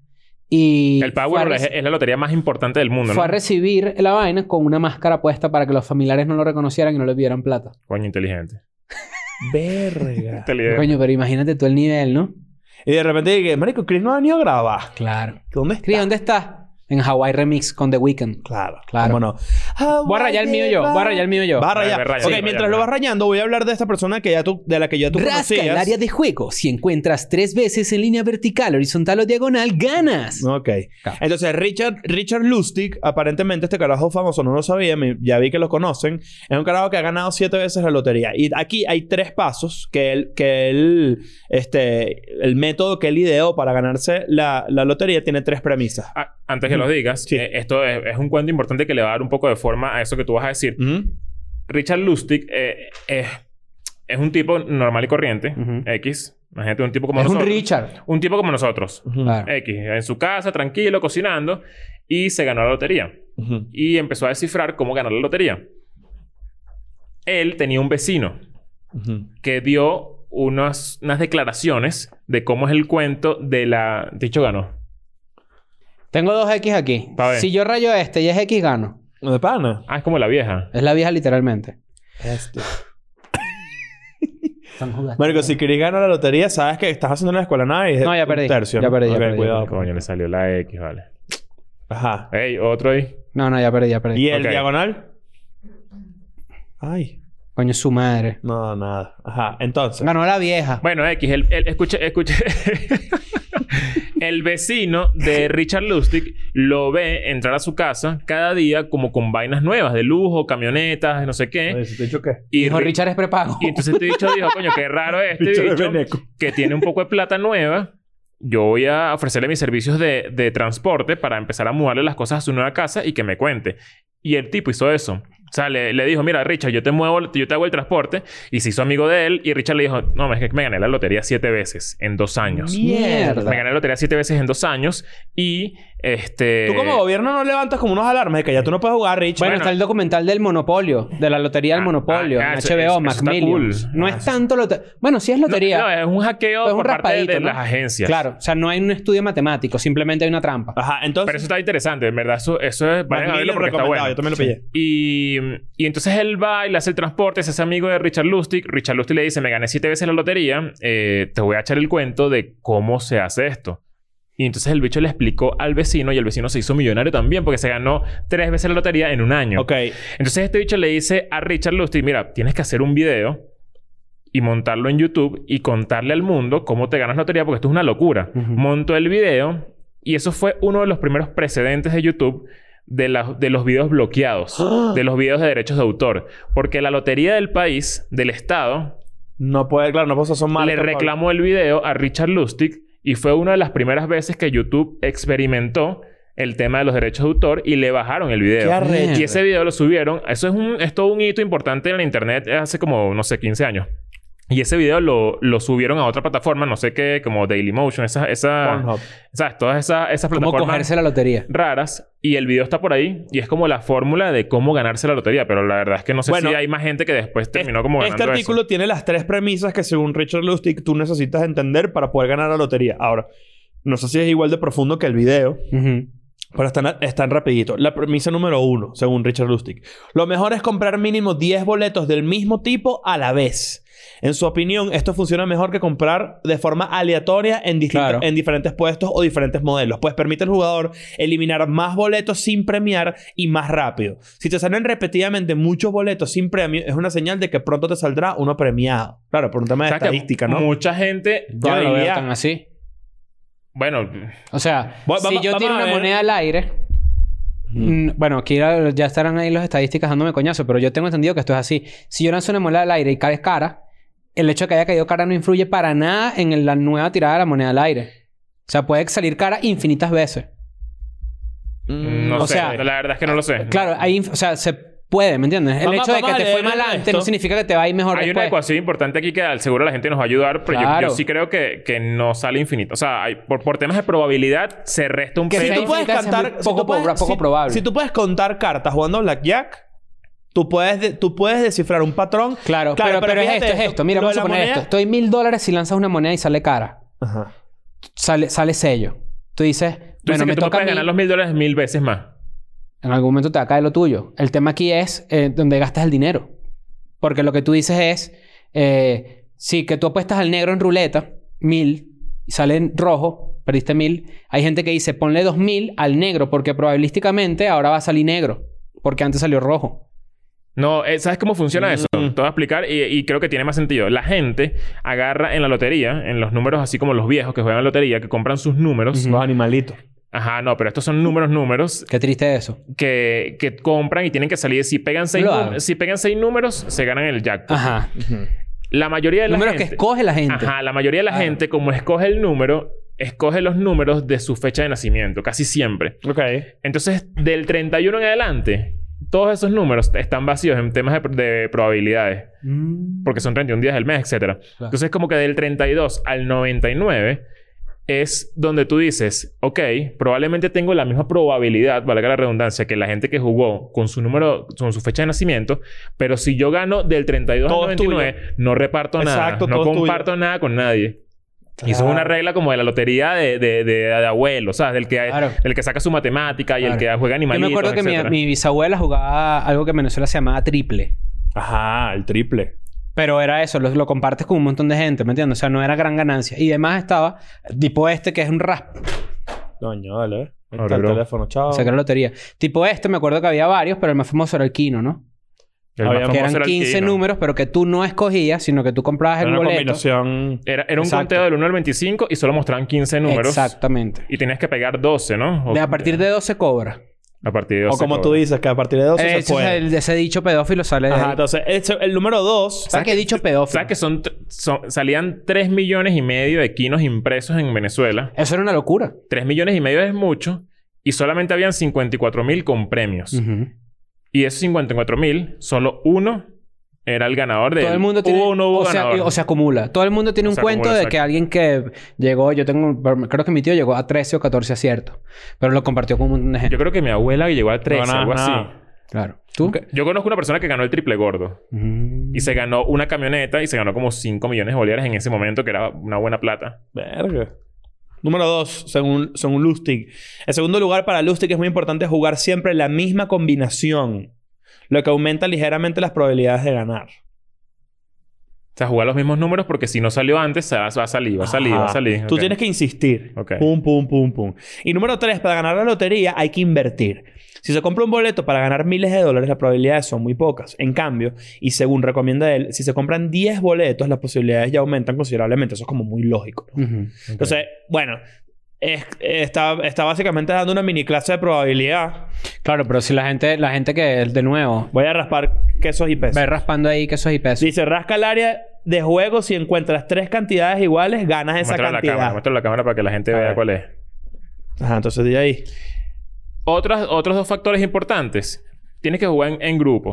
[SPEAKER 4] y.
[SPEAKER 2] El Powerball
[SPEAKER 4] fue a
[SPEAKER 2] es, es la lotería más importante del mundo,
[SPEAKER 4] Fue a
[SPEAKER 2] ¿no?
[SPEAKER 4] recibir la vaina con una máscara puesta para que los familiares no lo reconocieran y no le pidieran plata.
[SPEAKER 2] Coño,
[SPEAKER 3] *laughs*
[SPEAKER 2] inteligente.
[SPEAKER 3] Verga.
[SPEAKER 2] Inteligente.
[SPEAKER 4] Coño, pero imagínate tú el nivel, ¿no?
[SPEAKER 3] y de repente dije, Marico, Chris no ha venido a grabar.
[SPEAKER 4] Claro.
[SPEAKER 3] ¿Dónde está?
[SPEAKER 4] Cris, ¿dónde estás? En Hawaii Remix con The Weeknd.
[SPEAKER 3] Claro,
[SPEAKER 4] Claro.
[SPEAKER 3] ¿Cómo no?
[SPEAKER 4] Voy a rayar el mío yo. Voy a rayar el mío yo.
[SPEAKER 3] Va a
[SPEAKER 2] Ve,
[SPEAKER 3] rayar.
[SPEAKER 2] ve, raya,
[SPEAKER 3] ok,
[SPEAKER 2] sí,
[SPEAKER 3] mientras
[SPEAKER 2] raya,
[SPEAKER 3] lo vas
[SPEAKER 2] raya.
[SPEAKER 3] rayando, voy a hablar de esta persona que ya tú, de la que ya tú
[SPEAKER 5] Rasca el
[SPEAKER 3] conocías.
[SPEAKER 5] área de juego. Si encuentras tres veces en línea vertical, horizontal o diagonal, ganas.
[SPEAKER 3] Ok. Entonces, Richard, Richard Lustig, aparentemente este carajo famoso, no lo sabía, me- ya vi que lo conocen. Es un carajo que ha ganado siete veces la lotería. Y aquí hay tres pasos que él, que él, este, el método que él ideó para ganarse la, la lotería tiene tres premisas.
[SPEAKER 2] Ah, antes que lo digas,
[SPEAKER 3] Sí.
[SPEAKER 2] eh, esto es, es un cuento importante que le va a dar un poco de forma a eso que tú vas a decir.
[SPEAKER 3] Ujú.
[SPEAKER 2] Richard Lustig eh, eh, es un tipo normal y corriente,
[SPEAKER 4] Ujú.
[SPEAKER 2] X. Imagínate un tipo como
[SPEAKER 4] Es un
[SPEAKER 2] nosotros. Eh.
[SPEAKER 4] Richard.
[SPEAKER 2] Un tipo como nosotros,
[SPEAKER 4] Claro.
[SPEAKER 2] X, en su casa, tranquilo, cocinando, y se ganó la lotería.
[SPEAKER 3] Ujú.
[SPEAKER 2] Y empezó a descifrar cómo ganar la lotería. Él tenía un vecino
[SPEAKER 3] Ujú.
[SPEAKER 2] que dio unas, unas declaraciones de cómo es el cuento de la... Dicho ganó.
[SPEAKER 4] Tengo dos X aquí.
[SPEAKER 2] Pa' ver.
[SPEAKER 4] Si yo rayo este y es X, gano.
[SPEAKER 3] ¿De pana?
[SPEAKER 2] Ah, es como la vieja.
[SPEAKER 4] Es la vieja literalmente.
[SPEAKER 3] Este.
[SPEAKER 4] Están jugando.
[SPEAKER 3] Marico, si querés ganar la lotería, sabes que estás haciendo en la escuela nada y es
[SPEAKER 4] No, ya perdí.
[SPEAKER 3] Un tercio.
[SPEAKER 4] Ya perdí, ya
[SPEAKER 3] Ok,
[SPEAKER 4] perdí, ya
[SPEAKER 3] cuidado.
[SPEAKER 2] Coño, le salió la X, vale.
[SPEAKER 3] Ajá.
[SPEAKER 2] Ey, otro ahí.
[SPEAKER 4] No, no, ya perdí, ya perdí.
[SPEAKER 3] ¿Y el
[SPEAKER 2] Ok.
[SPEAKER 3] diagonal? Ay.
[SPEAKER 4] Coño, su madre.
[SPEAKER 3] No, nada. Ajá. Entonces.
[SPEAKER 4] Ganó la vieja.
[SPEAKER 2] Bueno, X, el, el- escuche, escuche. *laughs* el vecino de Richard Lustig lo ve entrar a su casa cada día como con vainas nuevas, de lujo, camionetas, no sé qué.
[SPEAKER 3] Oye, si te he dicho qué?
[SPEAKER 2] Y,
[SPEAKER 4] Dijo,
[SPEAKER 2] Ri-
[SPEAKER 4] Richard es *laughs* prepago.
[SPEAKER 2] y entonces este dicho dijo, coño, qué
[SPEAKER 4] *laughs*
[SPEAKER 2] raro es este
[SPEAKER 3] Richard
[SPEAKER 2] bicho
[SPEAKER 3] Beneco.
[SPEAKER 2] que tiene un poco de plata nueva. Yo voy a ofrecerle mis servicios de, de transporte para empezar a mudarle las cosas a su nueva casa y que me cuente. Y el tipo hizo eso. O sea, le, le dijo, mira, Richard, yo te muevo, el- yo te hago el transporte. Y se hizo amigo de él. Y Richard le dijo, no, es que me gané la lotería siete veces en dos años.
[SPEAKER 4] Mierda.
[SPEAKER 2] Me gané la lotería siete veces en dos años. Y, este...
[SPEAKER 3] Tú como gobierno no levantas como unos alarmas de que ya tú no puedes jugar, Rich.
[SPEAKER 4] Bueno,
[SPEAKER 2] Bueno.
[SPEAKER 4] está el documental del Monopolio, de la lotería del
[SPEAKER 2] Ah,
[SPEAKER 4] Monopolio,
[SPEAKER 2] ah,
[SPEAKER 4] en
[SPEAKER 2] eso-
[SPEAKER 4] HBO,
[SPEAKER 2] eso- eso
[SPEAKER 4] Mac
[SPEAKER 2] está
[SPEAKER 4] Millions.
[SPEAKER 2] cool.
[SPEAKER 4] No
[SPEAKER 2] Ah,
[SPEAKER 4] es tanto lotería. Bueno, sí es
[SPEAKER 2] No,
[SPEAKER 4] lotería.
[SPEAKER 2] no, es un hackeo
[SPEAKER 4] Pues es un
[SPEAKER 2] por parte de,
[SPEAKER 4] raspadito, ¿no?
[SPEAKER 2] las agencias. Ah,
[SPEAKER 4] Claro, o sea, no hay un estudio matemático, simplemente hay una trampa.
[SPEAKER 3] Ajá. Entonces.
[SPEAKER 2] Pero eso está interesante, en verdad. Eso, eso es... Vayan a verlo
[SPEAKER 3] Macmillan
[SPEAKER 2] porque está
[SPEAKER 3] recomendado,
[SPEAKER 2] bueno.
[SPEAKER 3] Yo también lo pillé.
[SPEAKER 2] Y, y entonces él va y le hace el transporte, se hace amigo de Richard Lustig. Richard Lustig le dice, me gané siete veces la lotería, eh, te voy a echar el cuento de cómo se hace esto. Y entonces el bicho le explicó al vecino y el vecino se hizo millonario también porque se ganó tres veces la lotería en un año.
[SPEAKER 3] Ok.
[SPEAKER 2] Entonces este bicho le dice a Richard Lustig, mira, tienes que hacer un video y montarlo en YouTube y contarle al mundo cómo te ganas lotería porque esto es una locura.
[SPEAKER 4] Ujú.
[SPEAKER 2] Montó el video y eso fue uno de los primeros precedentes de YouTube de, la- de los videos
[SPEAKER 3] *gasps*
[SPEAKER 2] bloqueados,
[SPEAKER 3] ¡Ah!
[SPEAKER 2] de los videos de derechos de autor. Porque la lotería del país, del Estado,
[SPEAKER 3] No puede, claro, no puede son mal.
[SPEAKER 2] le reclamó el video a Richard Lustig y fue una de las primeras veces que YouTube experimentó el tema de los derechos de autor y le bajaron el video.
[SPEAKER 3] Qué arrecho.
[SPEAKER 2] Y ese video lo subieron. Eso es un, es todo un hito importante en la internet hace como, no sé, 15 años. Y ese video lo, lo subieron a otra plataforma, no sé qué, como Dailymotion, esa, esa,
[SPEAKER 3] Pornhub.
[SPEAKER 2] ¿sabes? Todas esas, esas
[SPEAKER 4] ¿Cómo
[SPEAKER 2] plataformas
[SPEAKER 4] cogerse la lotería?
[SPEAKER 2] raras. Y el video está por ahí. Y es como la fórmula de cómo ganarse la lotería. Pero la verdad es que no sé
[SPEAKER 3] Bueno,
[SPEAKER 2] si hay más gente que después terminó como ganando
[SPEAKER 3] Este artículo
[SPEAKER 2] eso.
[SPEAKER 3] tiene las tres premisas que según Richard Lustig tú necesitas entender para poder ganar la lotería. Ahora, no sé si es igual de profundo que el video,
[SPEAKER 4] Ujú.
[SPEAKER 3] pero están, están rapidito. La premisa número uno, según Richard Lustig. Lo mejor es comprar mínimo 10 boletos del mismo tipo a la vez. En su opinión, esto funciona mejor que comprar de forma aleatoria en, distintos-
[SPEAKER 4] Claro.
[SPEAKER 3] en diferentes puestos o diferentes modelos, pues permite al jugador eliminar más boletos sin premiar y más rápido. Si te salen repetidamente muchos boletos sin premio, es una señal de que pronto te saldrá uno premiado. Claro, por un tema de
[SPEAKER 2] O sea, que
[SPEAKER 3] estadística, ¿no?
[SPEAKER 2] Mucha gente...
[SPEAKER 4] Yo no lo veo
[SPEAKER 3] diría-
[SPEAKER 4] tan así.
[SPEAKER 2] Bueno,
[SPEAKER 4] O sea,
[SPEAKER 3] Va- va-
[SPEAKER 4] si yo
[SPEAKER 3] vamos
[SPEAKER 4] tiro
[SPEAKER 3] a
[SPEAKER 4] una
[SPEAKER 3] ver.
[SPEAKER 4] moneda al aire. mm, Bueno, aquí ya ya estarán ahí las estadísticas dándome coñazo, pero yo tengo entendido que esto es así. Si yo lanzo una moneda al aire y cae cara, el hecho de que haya caído cara no influye para nada en el- la nueva tirada de la moneda al aire. O sea, puede salir cara infinitas veces.
[SPEAKER 3] Mm,
[SPEAKER 2] no
[SPEAKER 4] o
[SPEAKER 2] sé.
[SPEAKER 4] sea,
[SPEAKER 2] la verdad es que no lo sé.
[SPEAKER 4] Claro, hay, inf- o sea, se puede, ¿me entiendes? El
[SPEAKER 3] Vamos-
[SPEAKER 4] hecho de que
[SPEAKER 3] vamos a
[SPEAKER 4] te fue
[SPEAKER 3] leer
[SPEAKER 4] mal antes
[SPEAKER 3] esto.
[SPEAKER 4] no significa que te va a ir mejor
[SPEAKER 2] Hay una
[SPEAKER 4] después.
[SPEAKER 2] ecuación importante aquí que al seguro la gente nos va a ayudar, pero yo- yo,
[SPEAKER 4] pues. Claro.
[SPEAKER 2] sí creo que, que no sale infinito. O sea, hay- por, por temas de probabilidad se resta un
[SPEAKER 4] Que
[SPEAKER 2] peso.
[SPEAKER 4] sea
[SPEAKER 3] si tú puedes
[SPEAKER 4] infinita, es muy
[SPEAKER 3] cantar si
[SPEAKER 4] poco
[SPEAKER 3] tú puedes-
[SPEAKER 4] proba- poco
[SPEAKER 3] si-
[SPEAKER 4] probable.
[SPEAKER 3] Si tú puedes contar cartas jugando blackjack, tú puedes de- tú puedes descifrar un patrón.
[SPEAKER 4] Claro, pero, pero es
[SPEAKER 3] fíjate
[SPEAKER 4] esto, es esto. Mira,
[SPEAKER 3] lo
[SPEAKER 4] vamos
[SPEAKER 3] de
[SPEAKER 4] a
[SPEAKER 3] la
[SPEAKER 4] poner
[SPEAKER 3] moneda-
[SPEAKER 4] esto. Estoy mil dólares si lanzas una moneda y sale cara.
[SPEAKER 3] Ajá.
[SPEAKER 4] Sale, sale sello. Tú dices,
[SPEAKER 2] Tú dices
[SPEAKER 4] bueno,
[SPEAKER 2] que
[SPEAKER 4] me
[SPEAKER 2] tú me
[SPEAKER 4] toca a
[SPEAKER 2] puedes
[SPEAKER 4] mí.
[SPEAKER 2] ganar los mil dólares mil veces más.
[SPEAKER 4] En algún momento te va a caer lo tuyo. El tema aquí es eh, donde gastas el dinero. Porque lo que tú dices es, eh, sí, que tú apuestas al negro en ruleta, mil, y sale en rojo, perdiste mil. Hay gente que dice, ponle dos mil al negro, porque probabilísticamente ahora va a salir negro, porque antes salió rojo.
[SPEAKER 2] No, eh, ¿sabes cómo funciona eso?
[SPEAKER 4] Mm.
[SPEAKER 2] Te voy a explicar y, y creo que tiene más sentido. La gente agarra en la lotería, en los números así como los viejos que juegan lotería, que compran sus números.
[SPEAKER 3] Los animalitos.
[SPEAKER 2] Ajá, no, pero estos son números, números
[SPEAKER 4] Qué triste eso.
[SPEAKER 2] que, que compran y tienen que salir. Si pegan seis,
[SPEAKER 4] Lo
[SPEAKER 2] nu-
[SPEAKER 4] hago.
[SPEAKER 2] si pegan seis números, se ganan el jackpot.
[SPEAKER 4] Ajá.
[SPEAKER 2] La mayoría de la
[SPEAKER 4] Números que
[SPEAKER 2] gente...
[SPEAKER 4] escoge la gente.
[SPEAKER 2] Ajá, la mayoría de la gente, como escoge el número, escoge los números de su fecha de nacimiento, casi siempre.
[SPEAKER 3] Ok.
[SPEAKER 2] Entonces, del 31 en adelante, todos esos números están vacíos en temas de, de probabilidades,
[SPEAKER 4] Mm.
[SPEAKER 2] porque son 31 días del mes, etcétera. Entonces, como que del 32 al 99 es donde tú dices, ok, probablemente tengo la misma probabilidad, valga la redundancia, que la gente que jugó con su número, con su fecha de nacimiento, pero si yo gano del 32
[SPEAKER 3] Todo
[SPEAKER 2] al
[SPEAKER 3] es tuyo.
[SPEAKER 2] 99, no reparto
[SPEAKER 3] Exacto,
[SPEAKER 2] nada, no
[SPEAKER 3] todo es tuyo.
[SPEAKER 2] comparto nada con nadie. Y eso es una regla como de la lotería de, de, de, de abuelo, ¿sabes? Del que,
[SPEAKER 4] Claro.
[SPEAKER 2] del que saca su matemática y el que
[SPEAKER 4] Claro.
[SPEAKER 2] juega
[SPEAKER 4] Yo me
[SPEAKER 2] animalitos,
[SPEAKER 4] acuerdo que mi,
[SPEAKER 2] etcétera.
[SPEAKER 4] mi bisabuela jugaba algo que en Venezuela se llamaba triple.
[SPEAKER 3] Ajá, el triple.
[SPEAKER 4] Pero era eso, lo, lo compartes con un montón de gente, ¿me entiendes? O sea, no era gran ganancia. Y además estaba tipo este, que es un rasp,
[SPEAKER 3] Coño, dale. eh. Ahí
[SPEAKER 2] Abre,
[SPEAKER 3] está el
[SPEAKER 2] bro.
[SPEAKER 3] teléfono, chao.
[SPEAKER 4] o sea, que era lotería. Tipo este, me acuerdo que había varios, pero el más famoso era el Kino, ¿no?
[SPEAKER 2] El más
[SPEAKER 3] Había-
[SPEAKER 2] famoso
[SPEAKER 4] Que eran
[SPEAKER 2] era el
[SPEAKER 4] 15
[SPEAKER 2] Kino.
[SPEAKER 4] números, pero que tú no escogías, sino que tú comprabas
[SPEAKER 3] Era
[SPEAKER 4] el
[SPEAKER 3] una
[SPEAKER 4] boleto.
[SPEAKER 3] combinación.
[SPEAKER 2] Era, era un
[SPEAKER 4] Exacto.
[SPEAKER 2] conteo del 1 al 25 y solo mostraban 15 números.
[SPEAKER 4] Exactamente.
[SPEAKER 2] Y tenías que pegar 12, ¿no? O-
[SPEAKER 4] De a partir de 12 cobra.
[SPEAKER 2] A partir de
[SPEAKER 3] O
[SPEAKER 2] 12
[SPEAKER 3] como tú
[SPEAKER 2] cobra.
[SPEAKER 3] dices, que a partir de 12
[SPEAKER 4] Eh,
[SPEAKER 3] se
[SPEAKER 4] ese,
[SPEAKER 3] puede.
[SPEAKER 4] el- ese dicho pedófilo sale de.
[SPEAKER 3] Ajá,
[SPEAKER 4] ahí.
[SPEAKER 3] entonces, ese- el número 2.
[SPEAKER 4] ¿Sabes qué he dicho pedófilo?
[SPEAKER 2] ¿Sabes que son, t- son- salían 3 millones y medio de quinos impresos en Venezuela?
[SPEAKER 4] Eso era una locura.
[SPEAKER 2] 3 millones y medio es mucho. Y solamente habían 54 mil con premios. Y de esos 54 mil, solo uno era el ganador de
[SPEAKER 4] Todo el mundo tiene.
[SPEAKER 2] Hubo o no hubo
[SPEAKER 4] o, sea,
[SPEAKER 2] ganador.
[SPEAKER 4] o se acumula. Todo el mundo tiene
[SPEAKER 2] O
[SPEAKER 4] un
[SPEAKER 2] se
[SPEAKER 4] cuento
[SPEAKER 2] acumula,
[SPEAKER 4] de que alguien que llegó, yo tengo. Creo que mi tío llegó a 13 o 14 aciertos. Pero lo compartió con un montón de gente.
[SPEAKER 2] Yo creo que mi abuela llegó a 13,
[SPEAKER 3] No, no,
[SPEAKER 2] algo
[SPEAKER 3] no.
[SPEAKER 2] así.
[SPEAKER 4] Claro. ¿Tú?
[SPEAKER 2] Yo conozco una persona que ganó el triple gordo.
[SPEAKER 4] Mm.
[SPEAKER 2] Y se ganó una camioneta y se ganó como 5 millones de bolívares en ese momento, que era una buena plata.
[SPEAKER 3] Verga. Número 2, según, según Lustig. En segundo lugar, para Lustig es muy importante jugar siempre la misma combinación, lo que aumenta ligeramente las probabilidades de ganar.
[SPEAKER 2] O sea, jugar los mismos números porque si no salió antes, se va va a salir, va a salir, va a
[SPEAKER 3] Ajá.
[SPEAKER 2] salir.
[SPEAKER 3] Tú
[SPEAKER 2] Ok.
[SPEAKER 3] tienes que insistir.
[SPEAKER 2] Ok.
[SPEAKER 3] Pum, pum, pum, pum. Y número tres, para ganar la lotería hay que invertir. Si se compra un boleto para ganar miles de dólares, las probabilidades son muy pocas. En cambio, y según recomienda él, si se compran 10 boletos, las posibilidades ya aumentan considerablemente. Eso es como muy lógico. ¿no?
[SPEAKER 4] Ujú.
[SPEAKER 3] Entonces, bueno, es- está, está básicamente dando una mini clase de probabilidad.
[SPEAKER 4] Claro, pero si la gente, la gente que, de nuevo,
[SPEAKER 3] Voy a raspar quesos y pesos.
[SPEAKER 4] ve raspando ahí quesos y pesos.
[SPEAKER 3] Dice, rasca el área de juego. Si encuentras tres cantidades iguales, ganas esa
[SPEAKER 2] Muéstrale a la cámara,
[SPEAKER 3] cantidad.
[SPEAKER 2] muéstrale a la cámara para que la gente
[SPEAKER 3] A
[SPEAKER 2] vea
[SPEAKER 3] ver.
[SPEAKER 2] cuál es.
[SPEAKER 3] Ajá, entonces de ahí.
[SPEAKER 2] Otras, otros dos factores importantes. Tienes que jugar en, en grupo.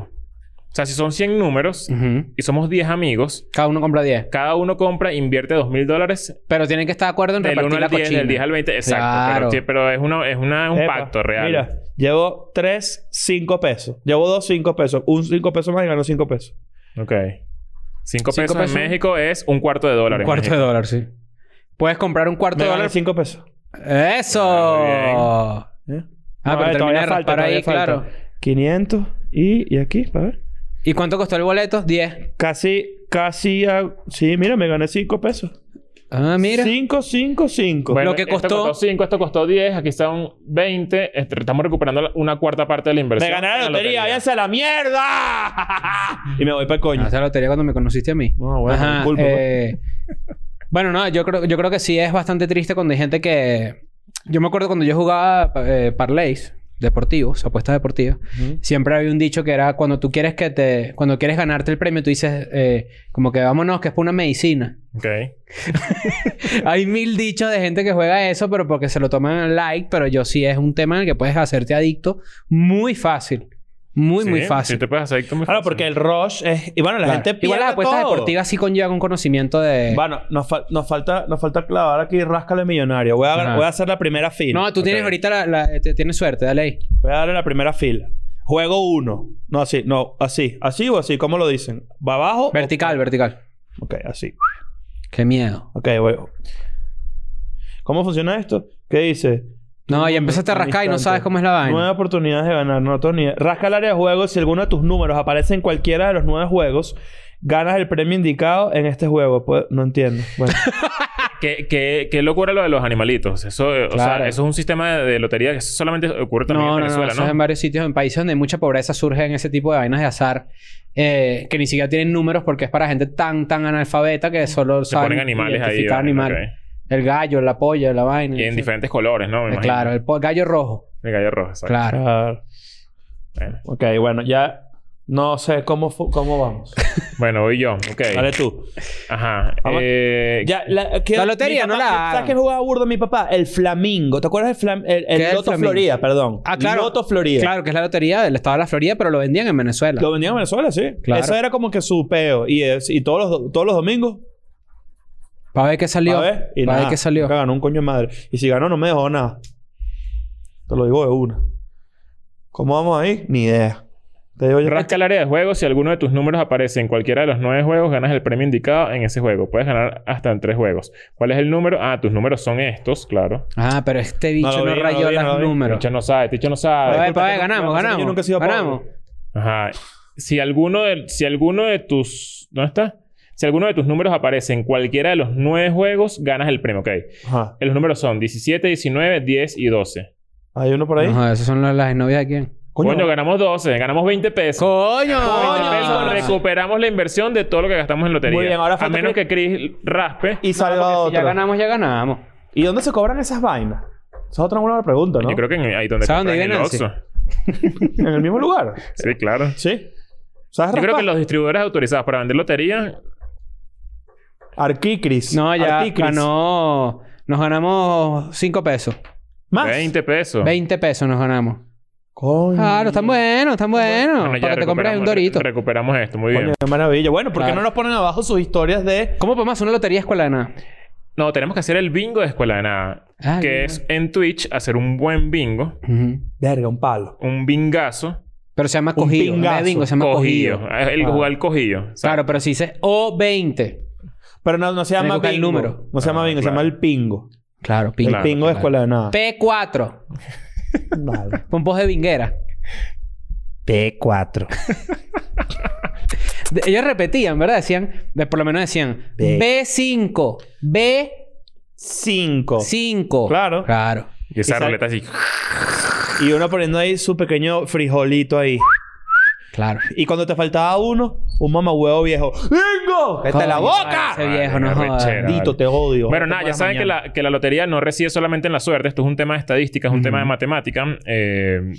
[SPEAKER 2] O sea, si son 100 números
[SPEAKER 4] Ujú.
[SPEAKER 2] y somos 10 amigos,
[SPEAKER 4] Cada uno compra 10.
[SPEAKER 2] cada uno compra, invierte 2 mil dólares
[SPEAKER 4] Pero tienen que estar de acuerdo en
[SPEAKER 2] del 1
[SPEAKER 4] repartir
[SPEAKER 2] al
[SPEAKER 4] la
[SPEAKER 2] 10,
[SPEAKER 4] cochina.
[SPEAKER 2] del 10 al 20. Exacto.
[SPEAKER 4] Claro.
[SPEAKER 2] Pero, sí, pero es, una, es una, un
[SPEAKER 3] Epa,
[SPEAKER 2] pacto real.
[SPEAKER 3] Mira, llevo tres, cinco pesos. Llevo dos, cinco pesos. Un cinco pesos más y gano cinco pesos.
[SPEAKER 2] Ok. 5
[SPEAKER 4] Cinco
[SPEAKER 2] pesos,
[SPEAKER 4] pesos.
[SPEAKER 2] en México es un cuarto de dólar.
[SPEAKER 4] Un
[SPEAKER 2] en
[SPEAKER 4] cuarto de
[SPEAKER 2] México.
[SPEAKER 4] dólar, sí. Puedes comprar un cuarto
[SPEAKER 3] Me
[SPEAKER 4] de
[SPEAKER 3] gané
[SPEAKER 4] dólar.
[SPEAKER 3] cinco pesos.
[SPEAKER 4] ¡Eso!
[SPEAKER 2] Ah,
[SPEAKER 3] ¿Eh?
[SPEAKER 4] Ah,
[SPEAKER 3] No,
[SPEAKER 4] pero
[SPEAKER 3] eh,
[SPEAKER 4] termina de raspar
[SPEAKER 3] todavía
[SPEAKER 4] ahí,
[SPEAKER 3] falta.
[SPEAKER 4] claro.
[SPEAKER 3] 500 y, y aquí, a ver.
[SPEAKER 4] ¿Y cuánto costó el boleto? 10.
[SPEAKER 3] Casi, casi... a- Sí, mira, me gané cinco pesos.
[SPEAKER 4] Ah, mira.
[SPEAKER 3] Cinco, cinco, cinco.
[SPEAKER 2] Bueno,
[SPEAKER 4] Lo que
[SPEAKER 2] Esto
[SPEAKER 4] costó-
[SPEAKER 2] costó 5, esto costó 10, aquí están 20. Este, Estamos recuperando la- una cuarta parte de la
[SPEAKER 3] me
[SPEAKER 2] inversión.
[SPEAKER 3] gané
[SPEAKER 2] en
[SPEAKER 3] la lotería. ¡Váyanse a la mierda! *laughs* y me voy para el coño.
[SPEAKER 4] Ah, esa lotería cuando me conociste a mí.
[SPEAKER 3] No, Ah, bueno,
[SPEAKER 4] Ajá,
[SPEAKER 3] disculpa,
[SPEAKER 4] eh, bueno, no, yo creo, yo creo que sí es bastante triste cuando hay gente que... Yo me acuerdo cuando yo jugaba eh, parlays deportivos, apuestas deportivas.
[SPEAKER 3] Ujú.
[SPEAKER 4] Siempre había un dicho que era cuando tú quieres que te... Cuando quieres ganarte el premio, tú dices eh, como que vámonos, que es por una medicina. *laughs*
[SPEAKER 2] Ok.
[SPEAKER 4] Hay mil dichos de gente que juega eso, pero porque se lo toman al like, pero yo sí es un tema en el que puedes hacerte adicto muy fácil. Muy,
[SPEAKER 2] Sí,
[SPEAKER 4] muy fácil.
[SPEAKER 2] Sí, te puedes hacer adicto muy
[SPEAKER 3] Claro,
[SPEAKER 2] fácil.
[SPEAKER 3] porque el rush es... Y bueno, la
[SPEAKER 4] Claro.
[SPEAKER 3] gente pierde
[SPEAKER 4] Igual las apuestas
[SPEAKER 3] todo.
[SPEAKER 4] deportivas sí conllevan un conocimiento de...
[SPEAKER 3] Bueno, nos, fal- nos falta, nos falta clavar aquí Ráscale Millonario. Voy a,
[SPEAKER 4] Ajá.
[SPEAKER 3] voy a hacer la primera fila.
[SPEAKER 4] no, tú tienes
[SPEAKER 2] Ok.
[SPEAKER 4] ahorita la... la- te- tienes suerte, dale ahí.
[SPEAKER 3] Voy a darle la primera fila. Juego 1. No, así. No, así. Así o así. ¿Cómo lo dicen? ¿Va abajo? o-
[SPEAKER 4] Vertical, vertical.
[SPEAKER 3] Ok, así.
[SPEAKER 4] Qué miedo.
[SPEAKER 3] Ok, voy. ¿Cómo funciona esto? ¿Qué dice?
[SPEAKER 4] No, y empezaste a
[SPEAKER 3] Un
[SPEAKER 4] rascar y no
[SPEAKER 3] instante.
[SPEAKER 4] sabes cómo es la
[SPEAKER 3] Nueve
[SPEAKER 4] vaina.
[SPEAKER 3] oportunidades de ganar. No, Tony. Rasca el área de juegos. Si alguno de tus números aparece en cualquiera de los nueve juegos, ganas el premio indicado en este juego. Pues, no entiendo.
[SPEAKER 2] *laughs*
[SPEAKER 3] Bueno.
[SPEAKER 2] ¿Qué, qué, qué locura lo de los animalitos. Eso, eh, o sea,
[SPEAKER 4] Claro.
[SPEAKER 2] eso es un sistema de, de lotería que eso solamente ocurre también
[SPEAKER 4] No, no,
[SPEAKER 2] en
[SPEAKER 4] no,
[SPEAKER 2] Venezuela,
[SPEAKER 4] eso
[SPEAKER 2] ¿no?
[SPEAKER 4] es en varios sitios, en países donde hay mucha pobreza surgen ese tipo de vainas de azar eh, que ni siquiera tienen números porque es para gente tan, tan analfabeta que solo
[SPEAKER 2] Se ponen
[SPEAKER 4] saben
[SPEAKER 2] animales ahí.
[SPEAKER 4] identificar
[SPEAKER 2] ¿vale?
[SPEAKER 4] animales.
[SPEAKER 2] Ok.
[SPEAKER 4] El gallo, la polla, la vaina.
[SPEAKER 2] Y en
[SPEAKER 4] sí.
[SPEAKER 2] diferentes colores, ¿no? Me
[SPEAKER 4] Eh,
[SPEAKER 2] imagino.
[SPEAKER 4] claro, el po- gallo rojo.
[SPEAKER 2] El gallo rojo, exacto.
[SPEAKER 4] Claro.
[SPEAKER 3] Claro.
[SPEAKER 2] Bueno.
[SPEAKER 3] Ok, bueno, ya. No sé cómo, fu- cómo vamos.
[SPEAKER 2] Bueno, voy yo. Ok.
[SPEAKER 3] Dale tú.
[SPEAKER 2] Ajá.
[SPEAKER 3] Vamos.
[SPEAKER 2] Eh,
[SPEAKER 3] Ya, la, que-
[SPEAKER 4] La lotería,
[SPEAKER 3] mi papá-
[SPEAKER 4] no la-
[SPEAKER 3] ¿Sabes qué jugaba burdo mi papá? El Flamingo. ¿Te acuerdas del flam- el, el
[SPEAKER 4] ¿Qué es el
[SPEAKER 3] Loto
[SPEAKER 4] Flamingo?
[SPEAKER 3] Florida? Perdón.
[SPEAKER 4] Ah, claro.
[SPEAKER 3] Loto Florida.
[SPEAKER 4] Claro, que es la lotería del estado de la Florida, pero lo vendían en Venezuela.
[SPEAKER 3] Lo vendían en Venezuela, sí.
[SPEAKER 4] Claro.
[SPEAKER 3] Eso era como que su peo. Y, es- y todos, los, do- todos los domingos.
[SPEAKER 4] Para ver qué salió.
[SPEAKER 3] A ver. Y
[SPEAKER 4] Para
[SPEAKER 3] nada.
[SPEAKER 4] ver qué salió.
[SPEAKER 3] Nunca ganó un coño de madre. Y si ganó, no me dejó nada. Te lo digo de una. ¿Cómo vamos ahí? Ni idea. Te digo yo.
[SPEAKER 2] Rasca el área de juego. Si alguno de tus números aparece en cualquiera de los nueve juegos, ganas el premio indicado en ese juego. Puedes ganar hasta en tres juegos. ¿Cuál es el número? Ah, tus números son estos, claro.
[SPEAKER 4] Ah, pero este
[SPEAKER 3] lo
[SPEAKER 4] bicho no,
[SPEAKER 3] vi, no lo
[SPEAKER 4] rayó
[SPEAKER 3] vi, no lo
[SPEAKER 4] los
[SPEAKER 3] vi.
[SPEAKER 4] números.
[SPEAKER 2] Ticho no sabe, Ticho no
[SPEAKER 4] A
[SPEAKER 2] sabe.
[SPEAKER 4] ver,
[SPEAKER 3] Disculpa,
[SPEAKER 4] a ver,
[SPEAKER 3] que-
[SPEAKER 4] ganamos,
[SPEAKER 3] que- que-
[SPEAKER 4] ganamos.
[SPEAKER 3] yo nunca he sido pobre.
[SPEAKER 4] ganamos.
[SPEAKER 2] Ajá. Si alguno de, si alguno de tus. ¿Dónde está? Si alguno de tus números aparece en cualquiera de los nueve juegos, ganas el premio. Ok.
[SPEAKER 3] Ajá.
[SPEAKER 2] Los números son 17, 19, 10 y 12.
[SPEAKER 3] Hay uno por ahí.
[SPEAKER 4] Ajá, esas son las, las novias de quién.
[SPEAKER 2] Coño, ganamos 12, ganamos 20 pesos.
[SPEAKER 4] ¡Coño!
[SPEAKER 2] 20 pesos, recuperamos la inversión de todo lo que gastamos en lotería.
[SPEAKER 3] Muy bien, ahora
[SPEAKER 2] A
[SPEAKER 3] falta
[SPEAKER 2] menos
[SPEAKER 3] que-
[SPEAKER 2] que Chris raspe.
[SPEAKER 3] Y salga
[SPEAKER 4] Porque si
[SPEAKER 3] otro.
[SPEAKER 4] ya ganamos, ya ganamos.
[SPEAKER 3] ¿Y dónde se cobran esas vainas? Esa es otra buena pregunta, ¿no?
[SPEAKER 2] Yo creo que en- ahí donde
[SPEAKER 4] ¿Sabe dónde
[SPEAKER 2] compran
[SPEAKER 4] vive
[SPEAKER 2] en el
[SPEAKER 4] Nancy?
[SPEAKER 2] Oxxo.
[SPEAKER 3] ¿En el mismo lugar?
[SPEAKER 2] Sí, claro.
[SPEAKER 3] Sí. ¿Sabes
[SPEAKER 2] Yo creo que
[SPEAKER 3] raspar?
[SPEAKER 2] los distribuidores autorizados para vender lotería.
[SPEAKER 3] Arquicris.
[SPEAKER 4] No, ya
[SPEAKER 3] Arquicris.
[SPEAKER 4] ganó. Nos ganamos 5 pesos.
[SPEAKER 3] ¿Más?
[SPEAKER 2] 20 pesos.
[SPEAKER 4] 20 pesos nos ganamos.
[SPEAKER 3] Coño.
[SPEAKER 4] Claro, están buenos, están buenos.
[SPEAKER 2] Bueno, ya
[SPEAKER 4] Para que te compres un
[SPEAKER 2] recuperamos-
[SPEAKER 4] dorito.
[SPEAKER 2] Recuperamos esto, muy bien.
[SPEAKER 3] Coño, qué maravilla. Bueno, ¿por qué
[SPEAKER 4] Claro.
[SPEAKER 3] no nos ponen abajo sus historias de...
[SPEAKER 4] ¿Cómo podemos hacer una lotería de escuela de nada?
[SPEAKER 2] No, tenemos que hacer el bingo de Escuela de Nada.
[SPEAKER 4] Ah,
[SPEAKER 2] que
[SPEAKER 4] bien.
[SPEAKER 2] es en Twitch hacer un buen bingo,
[SPEAKER 4] Ujú.
[SPEAKER 3] Verga, un palo.
[SPEAKER 2] un bingazo.
[SPEAKER 4] Pero se llama
[SPEAKER 3] Un
[SPEAKER 4] cogido. en vez de bingo, se llama cogido.
[SPEAKER 2] Ah, El
[SPEAKER 3] Ah.
[SPEAKER 2] jugar el cojillo. o sea,
[SPEAKER 4] Claro, pero si dices O20.
[SPEAKER 3] Pero no, no se
[SPEAKER 4] Tiene que
[SPEAKER 3] llama
[SPEAKER 4] buscar
[SPEAKER 3] bingo.
[SPEAKER 4] el número.
[SPEAKER 3] No se llama
[SPEAKER 2] Ah,
[SPEAKER 3] bingo,
[SPEAKER 2] claro.
[SPEAKER 3] se llama el pingo.
[SPEAKER 4] Claro,
[SPEAKER 3] El
[SPEAKER 4] pingo.
[SPEAKER 2] Claro,
[SPEAKER 3] pingo de
[SPEAKER 4] claro.
[SPEAKER 3] escuela de nada.
[SPEAKER 4] P4.
[SPEAKER 3] Vale.
[SPEAKER 4] Pon voz de vinguera.
[SPEAKER 3] P4.
[SPEAKER 4] De- ellos repetían, ¿verdad? Decían, de- por lo menos decían
[SPEAKER 3] B.
[SPEAKER 4] B5, B5.
[SPEAKER 3] 5. Claro.
[SPEAKER 4] Claro.
[SPEAKER 2] Y esa
[SPEAKER 3] Exacto.
[SPEAKER 2] ruleta así.
[SPEAKER 3] Y uno poniendo ahí su pequeño frijolito ahí.
[SPEAKER 4] Claro.
[SPEAKER 3] Y cuando te faltaba uno, un mamahuevo viejo. ¡Vengo! ¡Cállate la
[SPEAKER 4] Coño,
[SPEAKER 3] boca!
[SPEAKER 4] Ese viejo, no
[SPEAKER 2] Qué
[SPEAKER 4] jodas.
[SPEAKER 2] rechera.
[SPEAKER 3] Maldito, te odio.
[SPEAKER 2] Bueno,
[SPEAKER 3] Te
[SPEAKER 2] nada, ya
[SPEAKER 3] mueras
[SPEAKER 2] saben que
[SPEAKER 3] mañana.
[SPEAKER 2] la, que la lotería no reside solamente en la suerte. Esto es un tema de estadística, es un tema de matemática. Eh,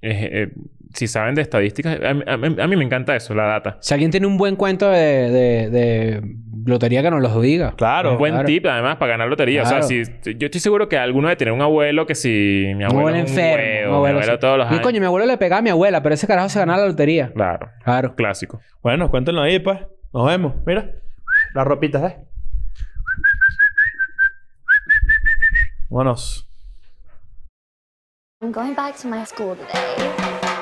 [SPEAKER 2] eh, eh, si saben de estadísticas, a, mí- a mí- a mí me encanta eso, la data.
[SPEAKER 4] Si alguien tiene un buen cuento de, de, de lotería, que nos los diga.
[SPEAKER 3] Claro.
[SPEAKER 2] Un buen
[SPEAKER 4] claro.
[SPEAKER 2] tip, además, para ganar lotería. O sea,
[SPEAKER 4] Claro.
[SPEAKER 2] si, si- yo estoy seguro que alguno de tener un abuelo que si mi
[SPEAKER 4] Mi
[SPEAKER 2] abuelo,
[SPEAKER 4] abuelo
[SPEAKER 2] es un
[SPEAKER 4] enfermo.
[SPEAKER 2] huevo,
[SPEAKER 4] mi
[SPEAKER 2] mi abuelo
[SPEAKER 4] sí.
[SPEAKER 2] todos los
[SPEAKER 4] Y
[SPEAKER 2] años.
[SPEAKER 4] coño, mi abuelo le pegaba a mi abuela, pero ese carajo se ganaba la lotería.
[SPEAKER 2] Claro,
[SPEAKER 4] Claro.
[SPEAKER 2] clásico.
[SPEAKER 3] Bueno, cuéntenlo ahí, pues. Nos vemos. Mira. Las ropitas, ¿eh? Vámonos.
[SPEAKER 1] I'm going back to my school today.